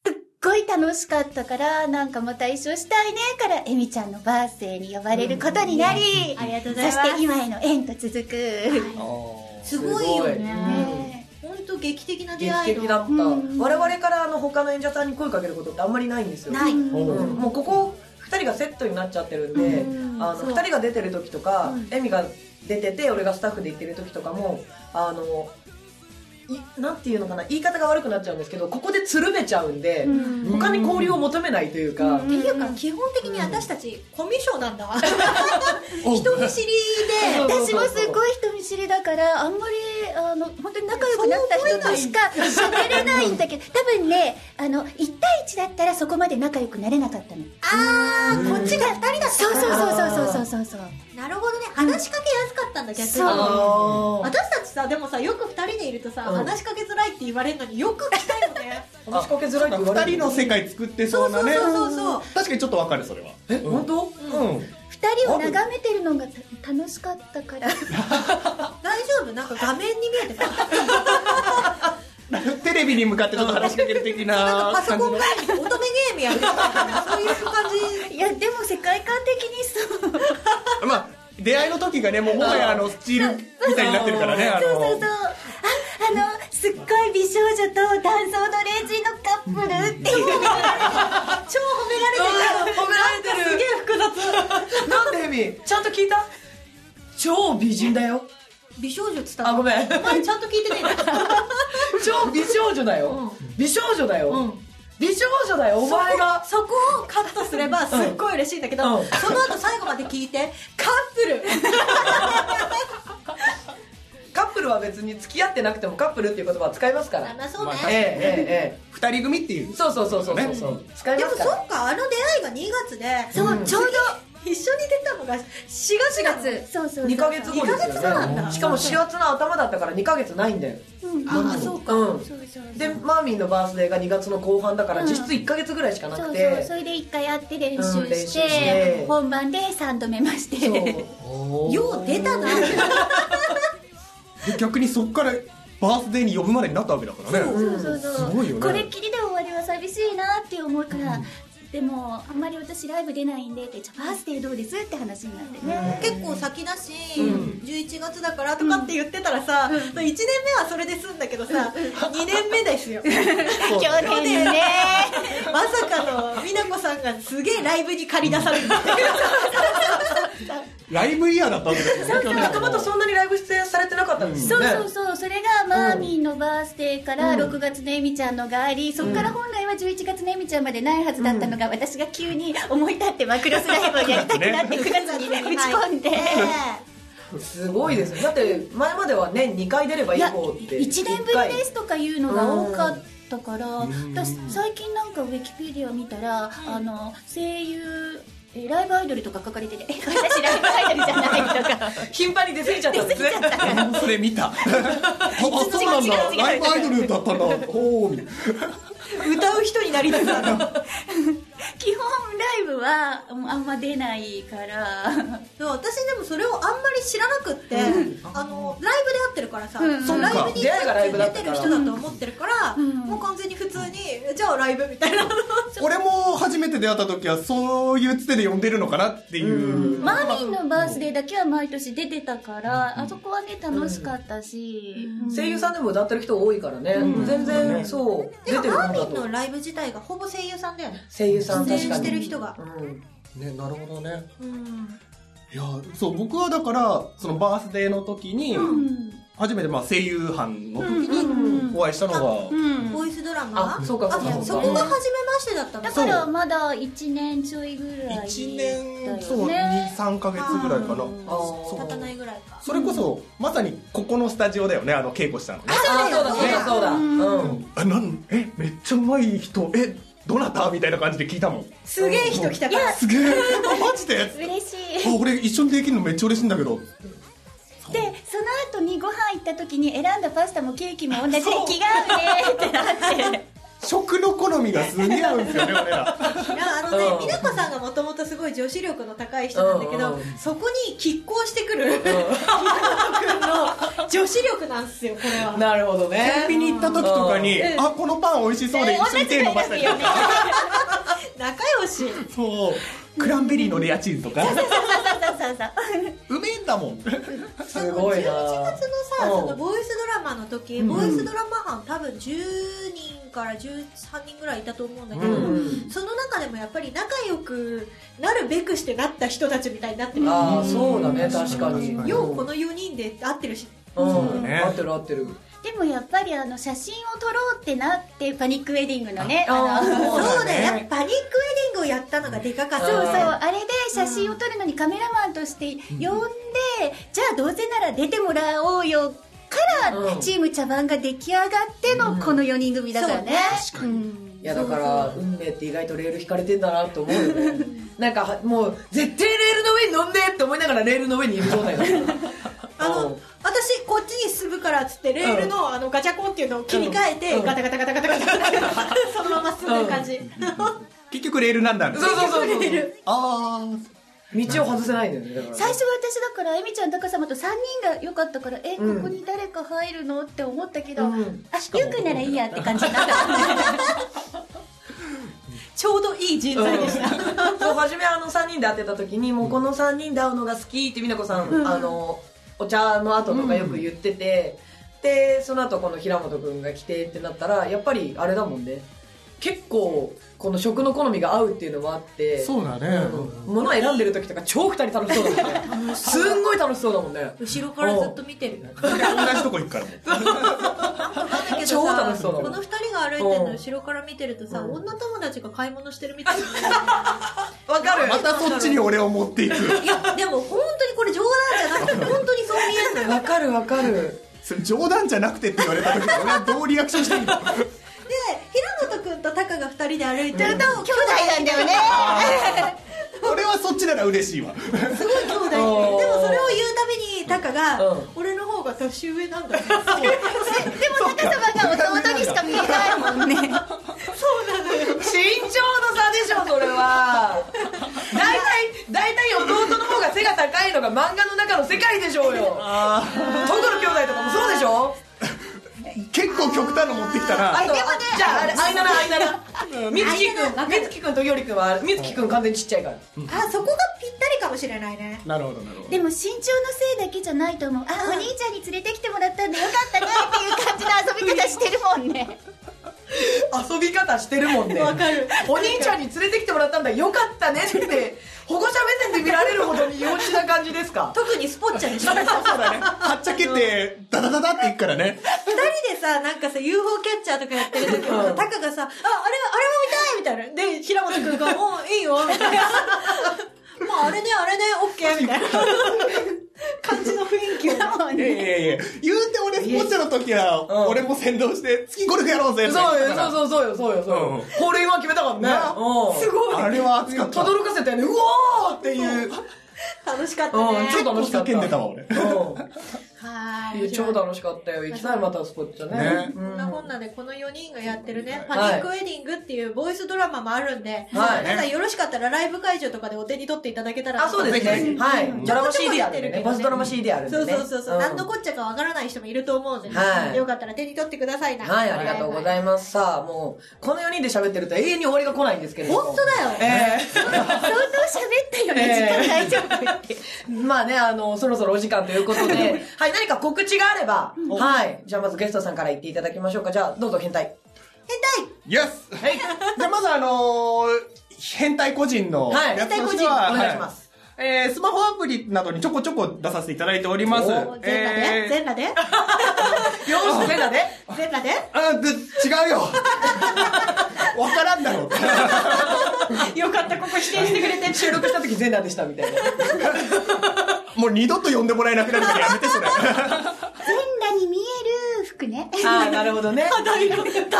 [SPEAKER 4] すっごい楽しかったから、なんかまた一緒したいね、から、えみちゃんのバースデーに呼ばれることになり、
[SPEAKER 1] ありがとうご
[SPEAKER 4] そ
[SPEAKER 1] ざいます
[SPEAKER 4] して今への縁と続く。
[SPEAKER 3] あ
[SPEAKER 1] すごいよね
[SPEAKER 4] ね
[SPEAKER 1] 本当劇的な出
[SPEAKER 2] 劇
[SPEAKER 1] 会いの
[SPEAKER 2] 的だった、
[SPEAKER 4] うん
[SPEAKER 2] 我々からあの他の演者さんに声かけることってあんまりないんですよ
[SPEAKER 1] ない
[SPEAKER 3] ーお
[SPEAKER 2] うん
[SPEAKER 3] ー
[SPEAKER 2] もうここ2人がセットになっちゃってるんで、
[SPEAKER 4] うん
[SPEAKER 2] あの
[SPEAKER 1] そう
[SPEAKER 2] 2人が出てる時とか、
[SPEAKER 1] うん
[SPEAKER 2] エミが出てて俺がスタッフで行ってる時とかもあのいなんていうのかな言い方が悪くなっちゃうんですけどここでつるめちゃうんで、
[SPEAKER 4] うん
[SPEAKER 2] 他に交流を求めないというか、
[SPEAKER 4] うん
[SPEAKER 1] っていうか基本的に私たちコミュ障なんだ人見知り
[SPEAKER 2] そうそう
[SPEAKER 4] 私もすごい人見知りだから、あんまり、あの、本当に仲良くなった人としか喋れないんだけど、多分ね、あの、1対1だったらそこまで仲良くなれなかったの。
[SPEAKER 1] でああこっちが2人だった
[SPEAKER 4] そうそうそうそうそうそうそう。
[SPEAKER 1] うなるほどね話しかけやすかったんだ逆に
[SPEAKER 4] そう
[SPEAKER 2] あ
[SPEAKER 1] 私たちさでもさよく二人でいるとさ、
[SPEAKER 2] うん
[SPEAKER 1] 話しかけづらいって言われるのによく来たよ ね
[SPEAKER 2] ー話しかけづらいって言われ
[SPEAKER 3] 二
[SPEAKER 2] る
[SPEAKER 3] 人の世界作ってそうなね
[SPEAKER 1] そうそうそうそう
[SPEAKER 3] 確かにちょっとわかるそれは
[SPEAKER 2] え本当、
[SPEAKER 3] うん
[SPEAKER 4] 二人を眺めてるのがた楽しかったから
[SPEAKER 1] 大丈夫なんか画面に見えてた
[SPEAKER 3] テレビに向かってちょっと話しかける
[SPEAKER 1] な
[SPEAKER 3] 的
[SPEAKER 1] ん
[SPEAKER 3] な
[SPEAKER 1] かパソコン
[SPEAKER 3] 感じの
[SPEAKER 1] 前に乙女ゲームやるみたいなそういう感じ
[SPEAKER 4] いやでも世界観的にそう
[SPEAKER 3] まあ出会いの時がねもうもはやあのスチールみたいになってるからねあ
[SPEAKER 4] そうそうそう
[SPEAKER 3] の
[SPEAKER 4] ああのすっごい美少女と男装のレイジのカップルってい
[SPEAKER 1] 超褒
[SPEAKER 4] う
[SPEAKER 1] め られてる
[SPEAKER 2] 褒められてる
[SPEAKER 1] すげえ複雑
[SPEAKER 2] なんでエミちゃんと聞いた超美人だよ
[SPEAKER 1] 美少女っつった
[SPEAKER 2] あごめん
[SPEAKER 1] お前ちゃんと聞いてねえんだ
[SPEAKER 2] 超美少女だよ、美少女だよ、
[SPEAKER 1] うん
[SPEAKER 2] 美少女だよお前が
[SPEAKER 1] そこをカットすればすっごい嬉しいんだけど、
[SPEAKER 2] うん
[SPEAKER 1] その後最後まで聞いてカップル
[SPEAKER 2] カップルは別に付き合ってなくてもカップルっていう言葉は使いますから
[SPEAKER 1] あまあそうね、
[SPEAKER 3] まあ
[SPEAKER 2] えええええ
[SPEAKER 3] 二人組ってい
[SPEAKER 2] え
[SPEAKER 3] う
[SPEAKER 2] そうそうそうそうそうそう、使い
[SPEAKER 1] で
[SPEAKER 2] ま
[SPEAKER 1] も
[SPEAKER 2] す
[SPEAKER 1] そ
[SPEAKER 2] か
[SPEAKER 1] っ
[SPEAKER 2] ら
[SPEAKER 1] かあの出会いが2月で
[SPEAKER 4] そう、ちょう
[SPEAKER 1] 一緒に出たのが4月なの
[SPEAKER 4] どそうそうそう
[SPEAKER 2] 2ヶ月後です
[SPEAKER 1] 二ヶ月後
[SPEAKER 2] よ
[SPEAKER 1] なん
[SPEAKER 2] ね
[SPEAKER 1] だ
[SPEAKER 2] しかも4月の頭だったから2ヶ月ないんだよ
[SPEAKER 4] うん
[SPEAKER 1] ああそうか、
[SPEAKER 2] うん
[SPEAKER 4] そうそうそう
[SPEAKER 2] でマーミンのバースデーが2月の後半だから
[SPEAKER 4] うん
[SPEAKER 2] 実質1ヶ月ぐらいしかな
[SPEAKER 4] そ
[SPEAKER 2] く
[SPEAKER 4] う
[SPEAKER 2] て、
[SPEAKER 4] そうそれで一回やって練習
[SPEAKER 2] うん練習
[SPEAKER 4] し,、
[SPEAKER 2] してて
[SPEAKER 4] 本番で3度目まして
[SPEAKER 2] そう
[SPEAKER 1] よう出たな
[SPEAKER 3] で逆にそっからバースデーに呼ぶまでになったわけだからね
[SPEAKER 4] そうそうそう
[SPEAKER 3] すごいよね
[SPEAKER 4] これっきりで終わりは寂しいなって思うから、でもあんまり私ライブ出ないんでってじゃあバースデーどうですって話になってね、
[SPEAKER 1] 結構先だし、
[SPEAKER 2] うん
[SPEAKER 1] 11月だからとかって言ってたらさ、1年目はそれで済んだけどさ、2年目ですよ
[SPEAKER 3] そう
[SPEAKER 4] 去年ね
[SPEAKER 1] まさかの美奈子さんがすげえライブに借り出される
[SPEAKER 3] ライブイヤーだったわけですよね去年
[SPEAKER 2] もともとそんなにライブ出演されてなかったんです
[SPEAKER 4] そ
[SPEAKER 2] よ
[SPEAKER 4] う
[SPEAKER 2] ね、
[SPEAKER 4] そうそうそれがマーミンのバースデーから6月のエミちゃんのがありそこから本来は11月のエミちゃんまでないはずだったのが、私が急に思い立ってマクロスライブをやりたくなって9月に打ち込んで。
[SPEAKER 2] すごいですねだって前までは年2回出ればい
[SPEAKER 4] い
[SPEAKER 2] い
[SPEAKER 4] や
[SPEAKER 2] 方って
[SPEAKER 4] 1年ぶりですとかいうのが多かったから
[SPEAKER 3] ん
[SPEAKER 4] だ最近なんかウィキペディア見たら、あの声優えライブアイドルとか書かれてて「え私ライブアイドルじゃない」とか
[SPEAKER 2] 1回頻繁に出過ぎちゃったんですね
[SPEAKER 3] それ見たあそうなんだ
[SPEAKER 4] 違う違う違う
[SPEAKER 3] ライブアイドルだったんだおおみたいな
[SPEAKER 1] 歌う人になりたくなる
[SPEAKER 4] 基本ライブはうんあんま出ないから
[SPEAKER 1] でも私でもそれをあんまり知らなくって、あのライブで会ってるからさ、
[SPEAKER 4] うんうん
[SPEAKER 1] そのライブに
[SPEAKER 2] 出会いがライブだ
[SPEAKER 1] 出
[SPEAKER 2] った
[SPEAKER 1] て
[SPEAKER 2] から
[SPEAKER 1] る人だと思ってるから、
[SPEAKER 4] ん
[SPEAKER 1] もう完全に普通にじゃあライブみたいな
[SPEAKER 3] 俺も初めて出会った時はそういうつてで呼んでるのかなっていう、
[SPEAKER 2] うん
[SPEAKER 4] マーミンのバースデーだけは毎年出てたからあそこはね楽しかったし、うん
[SPEAKER 2] 声優さんでも歌ってる人多いからね、全然そう
[SPEAKER 1] で
[SPEAKER 2] 出
[SPEAKER 1] も
[SPEAKER 2] てるも
[SPEAKER 1] マ
[SPEAKER 2] ん
[SPEAKER 1] ー
[SPEAKER 2] だ
[SPEAKER 1] ミンの
[SPEAKER 2] と
[SPEAKER 1] ライブ自体がほぼ声優さんだよね
[SPEAKER 2] 声優さん
[SPEAKER 1] 出演
[SPEAKER 2] 確か
[SPEAKER 1] してる
[SPEAKER 2] に、
[SPEAKER 1] 人が、
[SPEAKER 2] うん、
[SPEAKER 3] ねなるほどね
[SPEAKER 1] うん
[SPEAKER 3] いやそう僕はだからそのバースデーの時に、
[SPEAKER 4] うん
[SPEAKER 3] 初めてまあ声優班の時
[SPEAKER 4] うん
[SPEAKER 3] に
[SPEAKER 4] うん
[SPEAKER 3] お会いしたのが、
[SPEAKER 4] うん
[SPEAKER 1] ボイスドラマ
[SPEAKER 2] あそうかそうか
[SPEAKER 1] あそこが初めましてだったの
[SPEAKER 4] だからまだ1年ちょいぐらいだよね
[SPEAKER 3] 1年そう23か月ぐらいかな、
[SPEAKER 1] うん
[SPEAKER 2] あー
[SPEAKER 1] 立たないぐらいか
[SPEAKER 3] それこそまさにここのスタジオだよねあの稽古したのね
[SPEAKER 2] あそうだそうだそうだ、
[SPEAKER 4] うん
[SPEAKER 2] うん、
[SPEAKER 3] あなんえめっちゃうまい人えどなたみたいな感じで聞いたもん
[SPEAKER 1] すげえ人来たから
[SPEAKER 3] すげえあマジで
[SPEAKER 4] 嬉しい
[SPEAKER 3] あ俺一緒にできるのめっちゃ嬉しいんだけど
[SPEAKER 4] でその後にご飯行った時に選んだパスタもケーキも同じで気が合うねってなって
[SPEAKER 3] 食の好みがすげえ合うんですよ ね俺ら
[SPEAKER 1] いやあのね
[SPEAKER 2] うん
[SPEAKER 1] 美奈子さんがもともとすごい女子力の高い人なんだけ
[SPEAKER 2] う
[SPEAKER 1] ど
[SPEAKER 2] んうん
[SPEAKER 1] そこに拮抗してくる美奈子くんの女子力なんですよこれは
[SPEAKER 2] なるほどね
[SPEAKER 3] コンビニ行った時とかに
[SPEAKER 1] うん
[SPEAKER 3] あこのパン美味 しそうで一緒に手伸ばしたりと
[SPEAKER 4] 同じ
[SPEAKER 3] か
[SPEAKER 1] 仲良し
[SPEAKER 3] そうクランベリーのレアチーズとか
[SPEAKER 4] そうそうそう
[SPEAKER 3] うめえんだもん
[SPEAKER 2] すごいな
[SPEAKER 1] 11月のさ
[SPEAKER 2] うん
[SPEAKER 1] そのボイスドラマの時
[SPEAKER 3] うん
[SPEAKER 1] ボイスドラマ班多分10人から13人ぐらいいたと思うんだけど
[SPEAKER 2] うん
[SPEAKER 1] その中でもやっぱり仲良くなるべくしてなった人たちみたいになってる
[SPEAKER 2] ああそうだね確かに
[SPEAKER 3] うん
[SPEAKER 1] ようこの4人で会ってるし
[SPEAKER 2] うん、
[SPEAKER 3] ね
[SPEAKER 2] 合ってる合ってる
[SPEAKER 4] でもやっぱりあの写真を撮ろうってなってパニックウェディングのね
[SPEAKER 2] あ
[SPEAKER 4] あの
[SPEAKER 1] そう
[SPEAKER 3] そう
[SPEAKER 1] だ
[SPEAKER 3] だね
[SPEAKER 1] よやっぱパニックウェディングをやったのがでかかった
[SPEAKER 4] そうそう
[SPEAKER 2] うん
[SPEAKER 4] あれで写真を撮るのにカメラマンとして呼んで、じゃあどうせなら出てもらおうよから、
[SPEAKER 2] うん
[SPEAKER 4] チーム茶番が出来上がってのこの4人組だからね、
[SPEAKER 3] 確かに
[SPEAKER 4] うん
[SPEAKER 2] いやだから運命って意外とレール引かれてんだなと思うよ ねなんかはもう絶対レールの上に乗んねえって思いながらレールの上にいる状態だ から
[SPEAKER 5] あ
[SPEAKER 2] うん
[SPEAKER 5] の私こっちに進むからっつってレールのあのガチャコンっていうのを切り替え
[SPEAKER 2] う
[SPEAKER 5] て
[SPEAKER 2] ん
[SPEAKER 5] ガタガタガタガタガタガタそのまま進んでる感じ
[SPEAKER 3] 結局レールなんだね
[SPEAKER 2] そうそうそうそう
[SPEAKER 3] あー
[SPEAKER 2] 道を外せないんだよねだから
[SPEAKER 4] 最初は私だからえみちゃんタカ様と3人が良かったからえこ
[SPEAKER 2] うん
[SPEAKER 4] こに誰か入るのって思ったけど、
[SPEAKER 2] うん
[SPEAKER 4] あゆうくんならいいやって感じになった
[SPEAKER 5] ちょうどいい人材でした
[SPEAKER 2] うん そう初めあの3人で会ってた時にもうこの3人で会うのが好きって美奈子さん、あのお茶の後とかよく言ってて、でその後この平本君が来てってなったらやっぱりあれだもんね結構この食の好みが合うっていうのもあって
[SPEAKER 3] そうだね
[SPEAKER 2] うん物選んでる時とか超2人楽しそうだもんねすんごい楽しそうだもんね
[SPEAKER 1] 後ろからずっと見てるよ
[SPEAKER 3] 同じとこ行くからも
[SPEAKER 1] だけどさ
[SPEAKER 2] 超楽しそうだも
[SPEAKER 1] こ
[SPEAKER 2] ん
[SPEAKER 1] の二人が歩いてる
[SPEAKER 2] う
[SPEAKER 1] の
[SPEAKER 2] ん
[SPEAKER 1] 後ろから見てるとさ、
[SPEAKER 2] うん
[SPEAKER 1] 女友達が買い物してるみたいな、
[SPEAKER 2] わかる
[SPEAKER 3] またそっちに俺を持っていく
[SPEAKER 1] いやでも本当にこれ冗談じゃなくて本当にそう見えるのよ
[SPEAKER 2] わかるわかる
[SPEAKER 3] それ冗談じゃなくてって言われた時に俺はどうリアクションしていいの
[SPEAKER 1] で平本君とタカが二人で歩いてると、
[SPEAKER 4] 兄弟なんだよね
[SPEAKER 3] 俺はそっちなら嬉しいわ
[SPEAKER 1] すごい兄弟でで
[SPEAKER 2] おー
[SPEAKER 1] もそれを言うたびにタカが、
[SPEAKER 2] うん
[SPEAKER 1] 俺の方が年上なんだね
[SPEAKER 4] でもタカ様が弟にしか見えないもんね
[SPEAKER 2] 身長の差でしょそれは大体大体弟の方が背が高いのが漫画の中の世界でしょうよ
[SPEAKER 3] あ
[SPEAKER 2] トグロ兄弟とかもそうでしょ
[SPEAKER 3] ー結構極端の持ってきた
[SPEAKER 2] あ
[SPEAKER 3] な
[SPEAKER 2] とじゃああれあいならあいならみつきくんみつきくんとよりくんはみつきくん完全にちっちゃいから
[SPEAKER 1] あそこがぴったりかもしれないね
[SPEAKER 3] なるほどなるほ
[SPEAKER 4] でも身長のせいだけじゃないと思うあお兄ちゃんに連れてきてもらったんでよかったねっていう感じの遊び方してるもんね
[SPEAKER 2] 遊び方してるもんねわかるお兄ちゃんに連れてきてもらったんだよかったねって保護者目線で見られるほどに幼稚な感じですか
[SPEAKER 1] 特にスポッチャでしょ二人
[SPEAKER 3] そうだねはっちゃけてダダダダっていくからね
[SPEAKER 1] でさなんかさ UFO キャッチャーとかやってる時も
[SPEAKER 2] う
[SPEAKER 1] さ
[SPEAKER 2] ん
[SPEAKER 1] タカがさ「ああれはあれも見たい!」みたいなで平本君が「もういいよ」みたいな「もうあれねあれねオッケー」みたいな感じの雰囲気を
[SPEAKER 3] いやいやいや言うて俺スポーツの時
[SPEAKER 2] う
[SPEAKER 3] は
[SPEAKER 2] ん
[SPEAKER 3] 俺も先導して次ゴルフやろうぜ
[SPEAKER 2] そう
[SPEAKER 3] とか言っ
[SPEAKER 2] よ
[SPEAKER 3] てたから
[SPEAKER 2] そうそうそうよそうよそう
[SPEAKER 3] うん
[SPEAKER 2] よホールインワン決めたからねうん
[SPEAKER 1] すごい
[SPEAKER 3] あれは熱かった
[SPEAKER 2] とどろかせたよねうおーっていう
[SPEAKER 1] 楽しかった
[SPEAKER 2] うん
[SPEAKER 1] ね
[SPEAKER 2] ちょっと楽しかった
[SPEAKER 3] 叫んでたわ俺
[SPEAKER 1] は
[SPEAKER 2] うんいや超楽しかったよ行きたいまたスポッチャね
[SPEAKER 3] ね
[SPEAKER 2] う
[SPEAKER 1] こんなんこんなでこの4人がやってるね、
[SPEAKER 2] はい
[SPEAKER 1] パニックウェディングっていうボイスドラマもあるんで、
[SPEAKER 2] はい
[SPEAKER 1] 皆さんよろしかったらライブ会場とかでお手に取っていただけたら。
[SPEAKER 2] あそうです
[SPEAKER 3] ぜひぜ
[SPEAKER 2] ね
[SPEAKER 3] ひ
[SPEAKER 2] はいドラマ CD あるん
[SPEAKER 1] ちょこちょこやってる
[SPEAKER 2] で
[SPEAKER 1] けど
[SPEAKER 2] ね
[SPEAKER 1] ね
[SPEAKER 2] バスドラマ CD あるんで
[SPEAKER 1] そう
[SPEAKER 2] ね
[SPEAKER 1] そうそうそう、
[SPEAKER 2] ん
[SPEAKER 1] 何のこっちゃかわからない人もいると思うんでね、
[SPEAKER 2] はい
[SPEAKER 1] よかったら手に取ってくださいな。
[SPEAKER 2] はい、ありがとうございます。さあ、もう、この4人で喋ってると永遠に終わりが来ないんですけれども。
[SPEAKER 1] 本当だよ
[SPEAKER 2] え
[SPEAKER 4] 相当喋ったよね時間大丈夫って
[SPEAKER 2] えまあね、あの、そろそろお時間ということで、はい、何か告知があれば、はい。じゃあまずゲストさんから言っていただきましょうか。じゃあ、どうぞ変態。
[SPEAKER 3] イエス
[SPEAKER 2] はい。
[SPEAKER 3] じゃあまずあのー変態個人の
[SPEAKER 2] はい
[SPEAKER 3] やつとしては、
[SPEAKER 2] 変態個人お願いします
[SPEAKER 3] はえースマホアプリなどにちょこちょこ出させていただいております
[SPEAKER 2] お
[SPEAKER 1] もう全裸で、
[SPEAKER 3] え
[SPEAKER 1] 全裸で
[SPEAKER 2] よーし、全裸で。
[SPEAKER 1] 全裸で
[SPEAKER 3] ーあで 違うよわからんだろう
[SPEAKER 1] よかった、ここ否定してくれて。
[SPEAKER 2] 収録した時全裸でしたみたいな。
[SPEAKER 3] もう二度と呼んでもらえなくなるからやめてそれ
[SPEAKER 4] 全裸に見える服ね
[SPEAKER 2] ああ、なるほどね。
[SPEAKER 1] ダ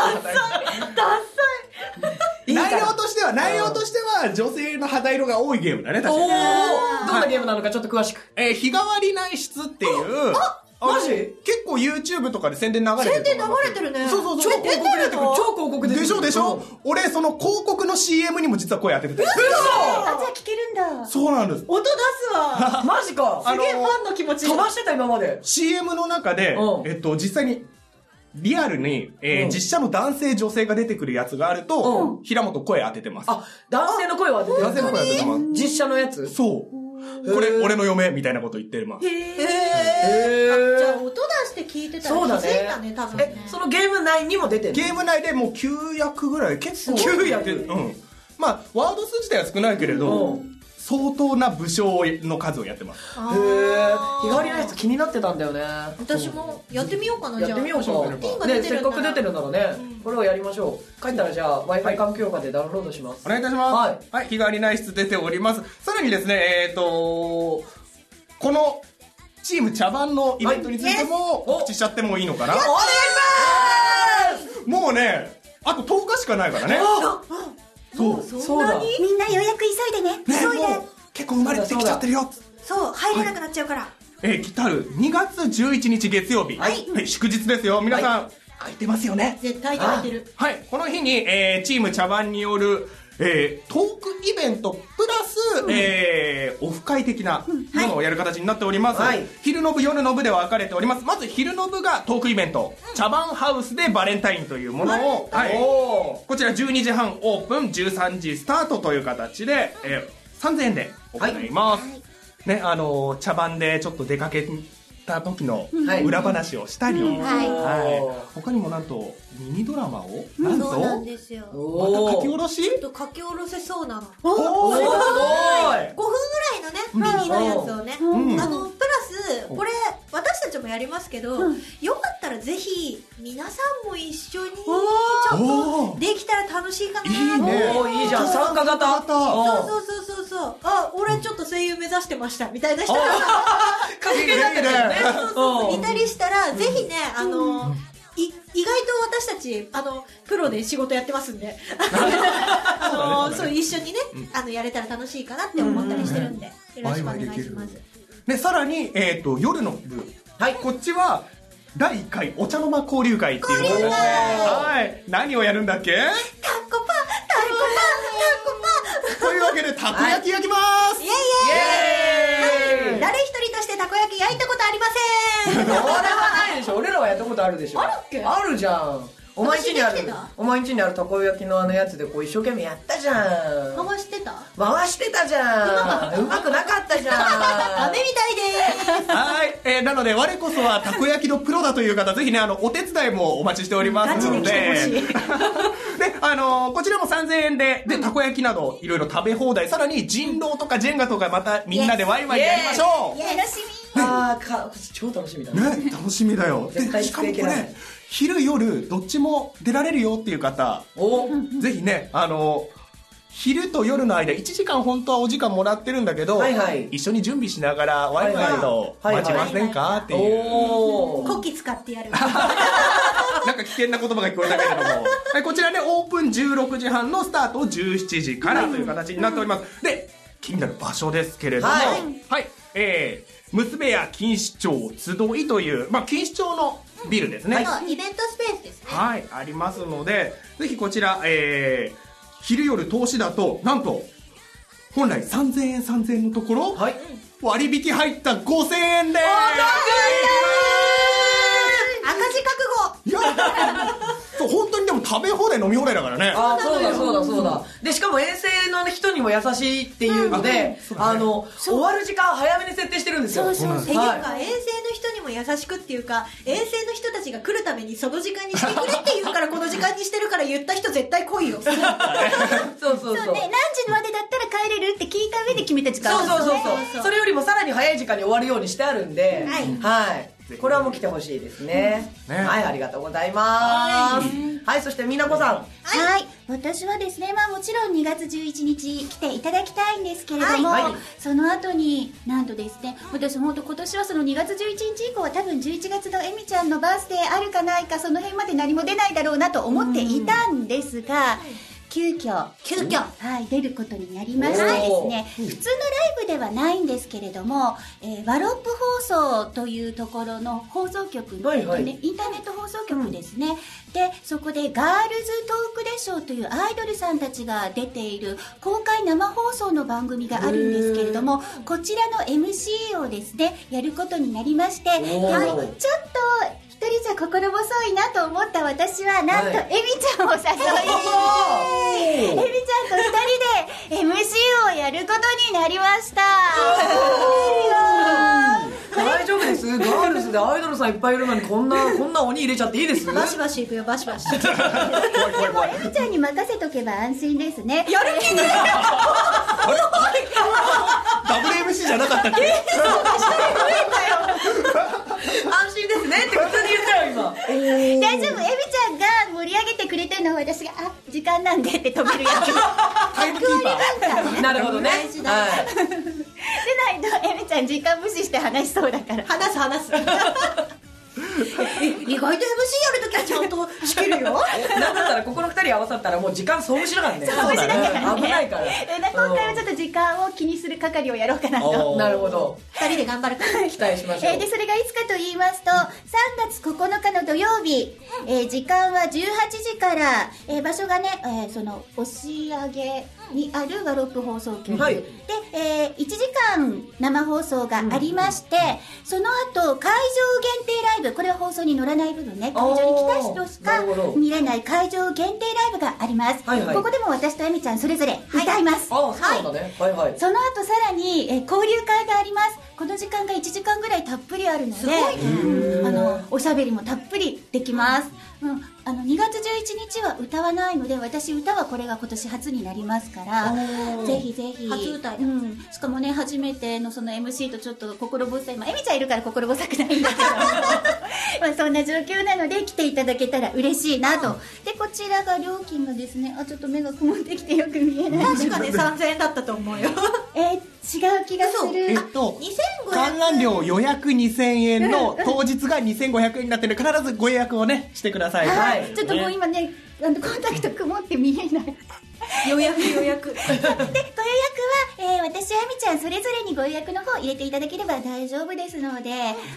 [SPEAKER 2] いいから
[SPEAKER 3] 内容としては内容としては女性の肌色が多いゲームだね確
[SPEAKER 2] お
[SPEAKER 3] か
[SPEAKER 2] お
[SPEAKER 3] に、
[SPEAKER 2] どんなゲームなのかちょっと詳しく。
[SPEAKER 3] えー日替わり内室っていうあの
[SPEAKER 2] マジ
[SPEAKER 3] 結構 YouTube とかで宣伝流れてる
[SPEAKER 1] 宣伝
[SPEAKER 3] と思いま
[SPEAKER 1] 流
[SPEAKER 3] す
[SPEAKER 1] れてるね。
[SPEAKER 3] そうそうそう
[SPEAKER 2] 超広告出てくる。超広告出てく
[SPEAKER 3] で
[SPEAKER 2] る。
[SPEAKER 3] しょでしょ俺その広告の CM にも実は声当ててて
[SPEAKER 4] あじゃあ聞けるんだ
[SPEAKER 3] そうなんです
[SPEAKER 1] 音出すわ。
[SPEAKER 2] 嘘マジか。
[SPEAKER 3] あ
[SPEAKER 1] す
[SPEAKER 3] の
[SPEAKER 1] げえファンの気持ち。
[SPEAKER 2] 飛ばしてた今まで。
[SPEAKER 3] CM の中で
[SPEAKER 2] う、ん
[SPEAKER 3] えっと、実際に、リアルに、えー
[SPEAKER 2] うん
[SPEAKER 3] 実写の男性、女性が出てくるやつがあると、平本声当ててます。
[SPEAKER 2] あ、男性の声は出てる
[SPEAKER 3] 男性の声当ててます。
[SPEAKER 2] 実写のやつ
[SPEAKER 3] そう。これ、俺の嫁、みたいなこと言ってます。
[SPEAKER 2] へ
[SPEAKER 1] じゃあ音出して聞いてたら
[SPEAKER 2] そう
[SPEAKER 1] 気
[SPEAKER 2] だ
[SPEAKER 1] づいたね、
[SPEAKER 2] ね
[SPEAKER 1] 多分
[SPEAKER 2] え
[SPEAKER 1] ね。
[SPEAKER 2] そのゲーム内にも出てる
[SPEAKER 3] ゲーム内でもう9役ぐらい、結構。
[SPEAKER 2] 9役
[SPEAKER 3] うん。まあ、ワード数自体は少ないけれ
[SPEAKER 2] う
[SPEAKER 3] ど
[SPEAKER 2] ん、
[SPEAKER 3] 相当な武将の数をやってます。
[SPEAKER 1] あ
[SPEAKER 2] へえ
[SPEAKER 1] ー
[SPEAKER 2] 日替わりのやつ気になってたんだよね
[SPEAKER 1] 私もやってみようかな、
[SPEAKER 2] や
[SPEAKER 1] じゃ
[SPEAKER 2] っ
[SPEAKER 1] あ。
[SPEAKER 2] てみよう
[SPEAKER 3] じゃあ
[SPEAKER 2] か
[SPEAKER 1] が出
[SPEAKER 2] ね
[SPEAKER 1] て
[SPEAKER 2] せっ
[SPEAKER 1] るんだ
[SPEAKER 2] かく出てるならねこれをやりましょう帰ったらじゃあ w i f i 環境下でダウンロードします
[SPEAKER 3] お願いいたします。
[SPEAKER 2] は
[SPEAKER 3] はい。日替わり内室出ております。さらにですね、えっ、とこの、チーム茶番のイベントについても、
[SPEAKER 2] はい
[SPEAKER 3] 告知しちゃってもいいのかな
[SPEAKER 2] お願いします
[SPEAKER 3] もうね、あと10日しかないからねそう
[SPEAKER 2] そうだ
[SPEAKER 4] みんな予約急いでね。
[SPEAKER 3] ね
[SPEAKER 4] 急いで。
[SPEAKER 3] もう結構生まれてきちゃってるよ
[SPEAKER 6] そう入れなくなっちゃうから、
[SPEAKER 3] えー、来たる2月11日月曜日、
[SPEAKER 2] はい
[SPEAKER 3] えー祝日ですよ皆さん、空いてますよね
[SPEAKER 1] 絶対空いてる
[SPEAKER 3] はい、この日に、えーチーム茶番による、えートークイベントプラス、えーオフ会的なものをやる形になっております、
[SPEAKER 2] はい
[SPEAKER 3] 昼の部夜の部で分かれておりますまず昼の部がトークイベント、茶番ハウスでバレンタインというものを、はい
[SPEAKER 2] おー
[SPEAKER 3] こちら12時半オープン13時スタートという形で、えー3000円で行います、ねあのー茶番でちょっと出かけた時の
[SPEAKER 2] はい
[SPEAKER 3] 裏話をしたり、
[SPEAKER 4] はい
[SPEAKER 3] はい、他にもなんとミニドラマをなんと
[SPEAKER 6] そうなんですよち
[SPEAKER 3] また書き下
[SPEAKER 2] お
[SPEAKER 3] ろし
[SPEAKER 6] ょっと書き下ろせそうなの
[SPEAKER 2] おおすごい
[SPEAKER 6] 5分ぐらいのねミニのやつをね、
[SPEAKER 3] うん
[SPEAKER 6] あのプラスこれ私たちもやりますけど、よかったらぜひ皆さんも一緒にちょっ
[SPEAKER 3] おー
[SPEAKER 6] とできたら楽しいかなって
[SPEAKER 3] いいね
[SPEAKER 2] おーいいじゃん参加型
[SPEAKER 3] 参加型
[SPEAKER 2] おー
[SPEAKER 6] そうそうそうそうそうあ俺ちょっと声優目指してましたみたいな人が
[SPEAKER 2] 関係になってるよね
[SPEAKER 3] いいね
[SPEAKER 6] そうそう
[SPEAKER 2] う
[SPEAKER 6] そ
[SPEAKER 2] ん
[SPEAKER 6] ういたりしたらぜひねあのい意外と私たちあのプロで仕事やってますん であのそう
[SPEAKER 3] そだねそうだね
[SPEAKER 6] う一緒にねあのやれたら楽しいかなって思ったりしてるんでよろしくお願いします
[SPEAKER 3] でさらに、えー、と夜の部、
[SPEAKER 2] はい
[SPEAKER 3] こっちは第1回お茶の間交流会っていうので、はい、何をやるんだっけ
[SPEAKER 6] タコパタコパタコパ
[SPEAKER 3] というわけでたこ焼き焼きます、
[SPEAKER 6] イエイイエ
[SPEAKER 3] イエー
[SPEAKER 6] イ
[SPEAKER 3] イ
[SPEAKER 6] 誰一人としてたこ焼き焼いたことありません
[SPEAKER 2] 俺はないでしょ俺らはやったことあるでしょあるっけあるじゃんお前ん家にあ
[SPEAKER 6] 私でき
[SPEAKER 2] る
[SPEAKER 6] てた
[SPEAKER 2] お前ん家にあるたこ焼きのあのやつでこう一生懸命やったじゃん
[SPEAKER 6] 回してた
[SPEAKER 2] 回してたじゃんうまくなかったじゃ
[SPEAKER 6] ダ
[SPEAKER 2] ん
[SPEAKER 6] メみたいです
[SPEAKER 3] はい、えーなので我こそはたこ焼きのプロだという方ぜひねあのお手伝いもお待ちしておりますので
[SPEAKER 6] ガチで来
[SPEAKER 3] であのこちらも3000円ででたこ焼きなどいろいろ食べ放題さらに人狼とかジェンガとかまたみんなでワイワイやりましょう
[SPEAKER 4] 楽しみ。
[SPEAKER 2] あーか超楽しみだね
[SPEAKER 3] ね、楽しみだよ。で
[SPEAKER 2] 絶対
[SPEAKER 3] しかもこ
[SPEAKER 2] 捨ていけない
[SPEAKER 3] れ、昼夜、どっちも出られるよっていう方、
[SPEAKER 2] お
[SPEAKER 3] ぜひね、あの、昼と夜の間、1時間本当はお時間もらってるんだけど、
[SPEAKER 2] はいはい
[SPEAKER 3] 一緒に準備しながら、ワイワイと
[SPEAKER 2] はいは
[SPEAKER 3] 待
[SPEAKER 2] い
[SPEAKER 3] ちませんか、っていう、
[SPEAKER 2] お
[SPEAKER 6] コ
[SPEAKER 2] ー
[SPEAKER 6] キ使ってやる
[SPEAKER 3] なんか危険な言葉が聞こえたけれども、はいこちらね、オープン16時半のスタートを17時からという形になっております。で、気になる場所ですけれども、
[SPEAKER 2] は
[SPEAKER 3] はいい、えー、娘や錦糸町集いという、まあ、錦糸町のビルですね。
[SPEAKER 6] イベントスペースですね
[SPEAKER 3] はい、ありますので、ぜひこちら、えー、昼夜投資だと、なんと、本来3000円3000円のところ、
[SPEAKER 2] はい
[SPEAKER 3] 割引入った5000円で
[SPEAKER 6] 赤字覚悟
[SPEAKER 3] いやそう本当にでも食べ放題飲み放題だからね
[SPEAKER 2] あーそうだそうだそうだでしかも遠征の人にも優しいっていうので
[SPEAKER 3] うん
[SPEAKER 2] あの終わる時間早めに設定してるんですよ
[SPEAKER 3] そう
[SPEAKER 6] っていう
[SPEAKER 2] はい
[SPEAKER 6] か遠征の人にも優しくっていうか遠征の人たちが来るためにその時間にしてくれって言うからこの時間にしてるから言った人絶対 来いよ
[SPEAKER 2] そうそう
[SPEAKER 4] そ
[SPEAKER 2] そうう
[SPEAKER 4] ね、何時までだったら帰れるって聞いた上で決めた時間。
[SPEAKER 2] そうそうそう
[SPEAKER 6] そう
[SPEAKER 2] そ
[SPEAKER 6] そうう
[SPEAKER 2] それよりもさらに早い時間に終わるようにしてあるんでは
[SPEAKER 6] はいい、
[SPEAKER 2] これはもう来てほしいですね,、
[SPEAKER 3] うんね
[SPEAKER 2] はいありがとうございますはい、そしてみなこさん
[SPEAKER 4] はい、私はですね、まあもちろん2月11日来ていただきたいんですけれども、
[SPEAKER 2] はいはい
[SPEAKER 4] その後に、なんとですね、私本当今年はその2月11日以降は多分11月のえみちゃんのバースデーあるかないか、その辺まで何も出ないだろうなと思っていたんですが、急遽、急遽、はい、出ることになりましてですね、普通のライブではないんですけれども、えーワロップ放送というところの放送局の、
[SPEAKER 2] はいはい
[SPEAKER 4] えっとねインターネット放送局ですね、でそこでガールズトークでショーというアイドルさんたちが出ている公開生放送の番組があるんですけれどもこちらの MC をですねやることになりまして、はい、ちょ
[SPEAKER 2] おー
[SPEAKER 4] っと一人じゃ心細いなと思った私はなんと、
[SPEAKER 2] はい
[SPEAKER 4] エミちゃん を誘いエミちゃんと二人で MC をやることになりました。
[SPEAKER 2] 大丈夫ですガールズでアイドルさんいっぱいいるのにこんなこんな鬼入れちゃっていいです
[SPEAKER 6] バシバシ行くよバシバシ
[SPEAKER 3] 怖い怖い怖い
[SPEAKER 4] エミちゃんに任せとけば安心ですね。
[SPEAKER 6] やる気ない
[SPEAKER 3] WMC じゃなかったっけ
[SPEAKER 2] 安心ですねって普通に言ったよ今
[SPEAKER 4] 大丈夫エビちゃんが盛り上げてくれてるのは私が「あ時間なんで」って止めるや つ
[SPEAKER 3] タイムキーパー
[SPEAKER 2] なるほどねはい
[SPEAKER 4] でないとエビちゃん時間無視して話しそうだから
[SPEAKER 6] 話す話す意外と MC やるときはちゃんと仕切るよ。
[SPEAKER 2] なんだったらここの二人合わさったらもう時間損失だからね
[SPEAKER 4] そうだね
[SPEAKER 2] 危ないから
[SPEAKER 4] えだから今回はちょっと時間を気にする係をやろうかなと。
[SPEAKER 2] うんなるほど
[SPEAKER 1] 二人で頑張る から
[SPEAKER 2] 期待しましょう
[SPEAKER 4] えーでそれがいつかと言いますと3月9日の土曜日、えー時間は18時から、えー場所がね、えーその押上にあるワロップ放送局、
[SPEAKER 2] はい
[SPEAKER 4] で、え1時間生放送がありまして、その後会場限定ライブこれは放送に乗らない部分ね会場に来た人し
[SPEAKER 2] あー
[SPEAKER 4] か
[SPEAKER 2] なるほど
[SPEAKER 4] 見れない会場限定ライブがあります、
[SPEAKER 2] はいはい
[SPEAKER 4] ここでも私とあみちゃんそれぞれ歌います、
[SPEAKER 2] ああそうなんだねはいはい
[SPEAKER 4] その後さらに、えー交流会がありますこの時間が1時間ぐらいたっぷりあるのであのおしゃべりもたっぷりできます、うん、あの2月11日は歌わないので私歌はこれが今年初になりますからぜひぜひ
[SPEAKER 1] 初歌だ
[SPEAKER 4] うん、しかもね初めてのその MC とちょっと心細いまあエミちゃんいるから心細くないんだけど まあそんな状況なので来ていただけたら嬉しいなとでこちらが料金がですねあちょっと目が曇ってきてよく見えない
[SPEAKER 6] 確かね、3000円だったと思うよ。
[SPEAKER 4] えー違う気がす
[SPEAKER 3] え
[SPEAKER 4] る
[SPEAKER 3] っと
[SPEAKER 1] 2500
[SPEAKER 3] 観覧料予約2000円の当日が2500円になってるので必ずご予約をねしてください、
[SPEAKER 2] は
[SPEAKER 4] はいい、ちょっともう今ね、あのコンタクト曇って見えない。 で、
[SPEAKER 6] 予約予約。
[SPEAKER 4] ご予約は、えー私、あみちゃん、それぞれにご予約の方入れていただければ大丈夫ですので、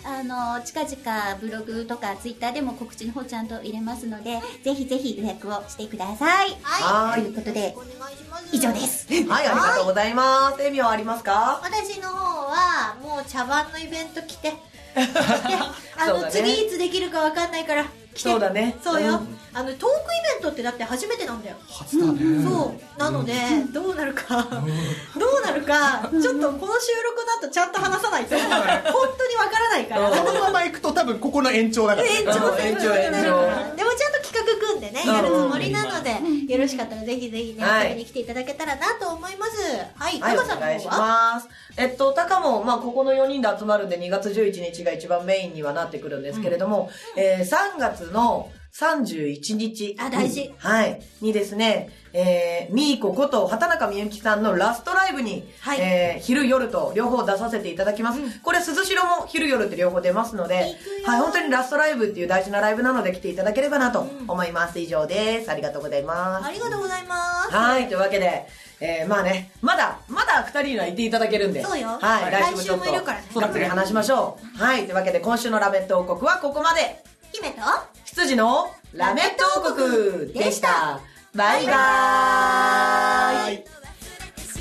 [SPEAKER 4] あの、近々ブログとかツイッターでも告知の方ちゃんと入れますので、ぜひぜひ予約をしてください。
[SPEAKER 2] はい
[SPEAKER 4] ということで
[SPEAKER 1] お、願いします
[SPEAKER 4] 以上です。
[SPEAKER 2] はいありがとうございますエミはありますか
[SPEAKER 1] 私の方はもう茶番のイベント来 て来てあ
[SPEAKER 2] そ
[SPEAKER 1] の、
[SPEAKER 2] うだね
[SPEAKER 1] 次いつできるか分かんないから来て
[SPEAKER 2] そうだね
[SPEAKER 1] そうよ、
[SPEAKER 2] う
[SPEAKER 1] あのトークイベントってだって初めてなんだよ
[SPEAKER 3] 初だね、
[SPEAKER 1] そうなので、どうなるか、どうなるか、ちょっとこの収録だとちゃんと話さないと、本当にわからないから。
[SPEAKER 3] このまま行くと多分ここの延長だから
[SPEAKER 1] 延長戦
[SPEAKER 2] 延
[SPEAKER 1] に
[SPEAKER 2] 長延
[SPEAKER 1] なるから。でもちゃんと企画組んでね、
[SPEAKER 2] うん
[SPEAKER 1] やるつもりなので、よろしかったらぜひぜひね、遊びに来ていただけたらなと思います。はい、
[SPEAKER 2] は
[SPEAKER 1] タ
[SPEAKER 2] い、お
[SPEAKER 1] カさんの
[SPEAKER 2] 願いし
[SPEAKER 1] 方は
[SPEAKER 2] ます。えっと、タカも、まあ、ここの4人で集まるんで、2月11日が一番メインにはなってくるんですけれども、えー3月の31日。
[SPEAKER 1] あ大事
[SPEAKER 2] はい。にですね、えー、みーここと、畑中みゆきさんのラストライブに、
[SPEAKER 1] はい
[SPEAKER 2] えー昼夜と両方出させていただきます。これ、鈴代も昼夜って両方出ますので、はい、本当にラストライブっていう大事なライブなので来ていただければなと思います。以上です。ありがとうございます
[SPEAKER 1] あ。りがとうございます。
[SPEAKER 2] はい、というわけで、えー、まあね、まだ、まだ二人にはいていただけるんで。
[SPEAKER 1] そうよ
[SPEAKER 2] はい、来週も
[SPEAKER 1] 来週もいるからね
[SPEAKER 2] そうだね話しましょう。はい、というわけで今週のラメット王国はここまで。
[SPEAKER 1] 姫と、
[SPEAKER 2] 羊のラメット王国でした。バイバーイ。
[SPEAKER 7] 「妖精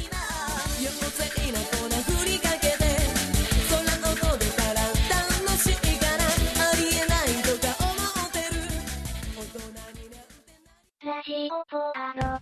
[SPEAKER 7] な粉ふりかけて」「空を飛べたら楽しいから」「ありえないとか思ってる」「大人になってない」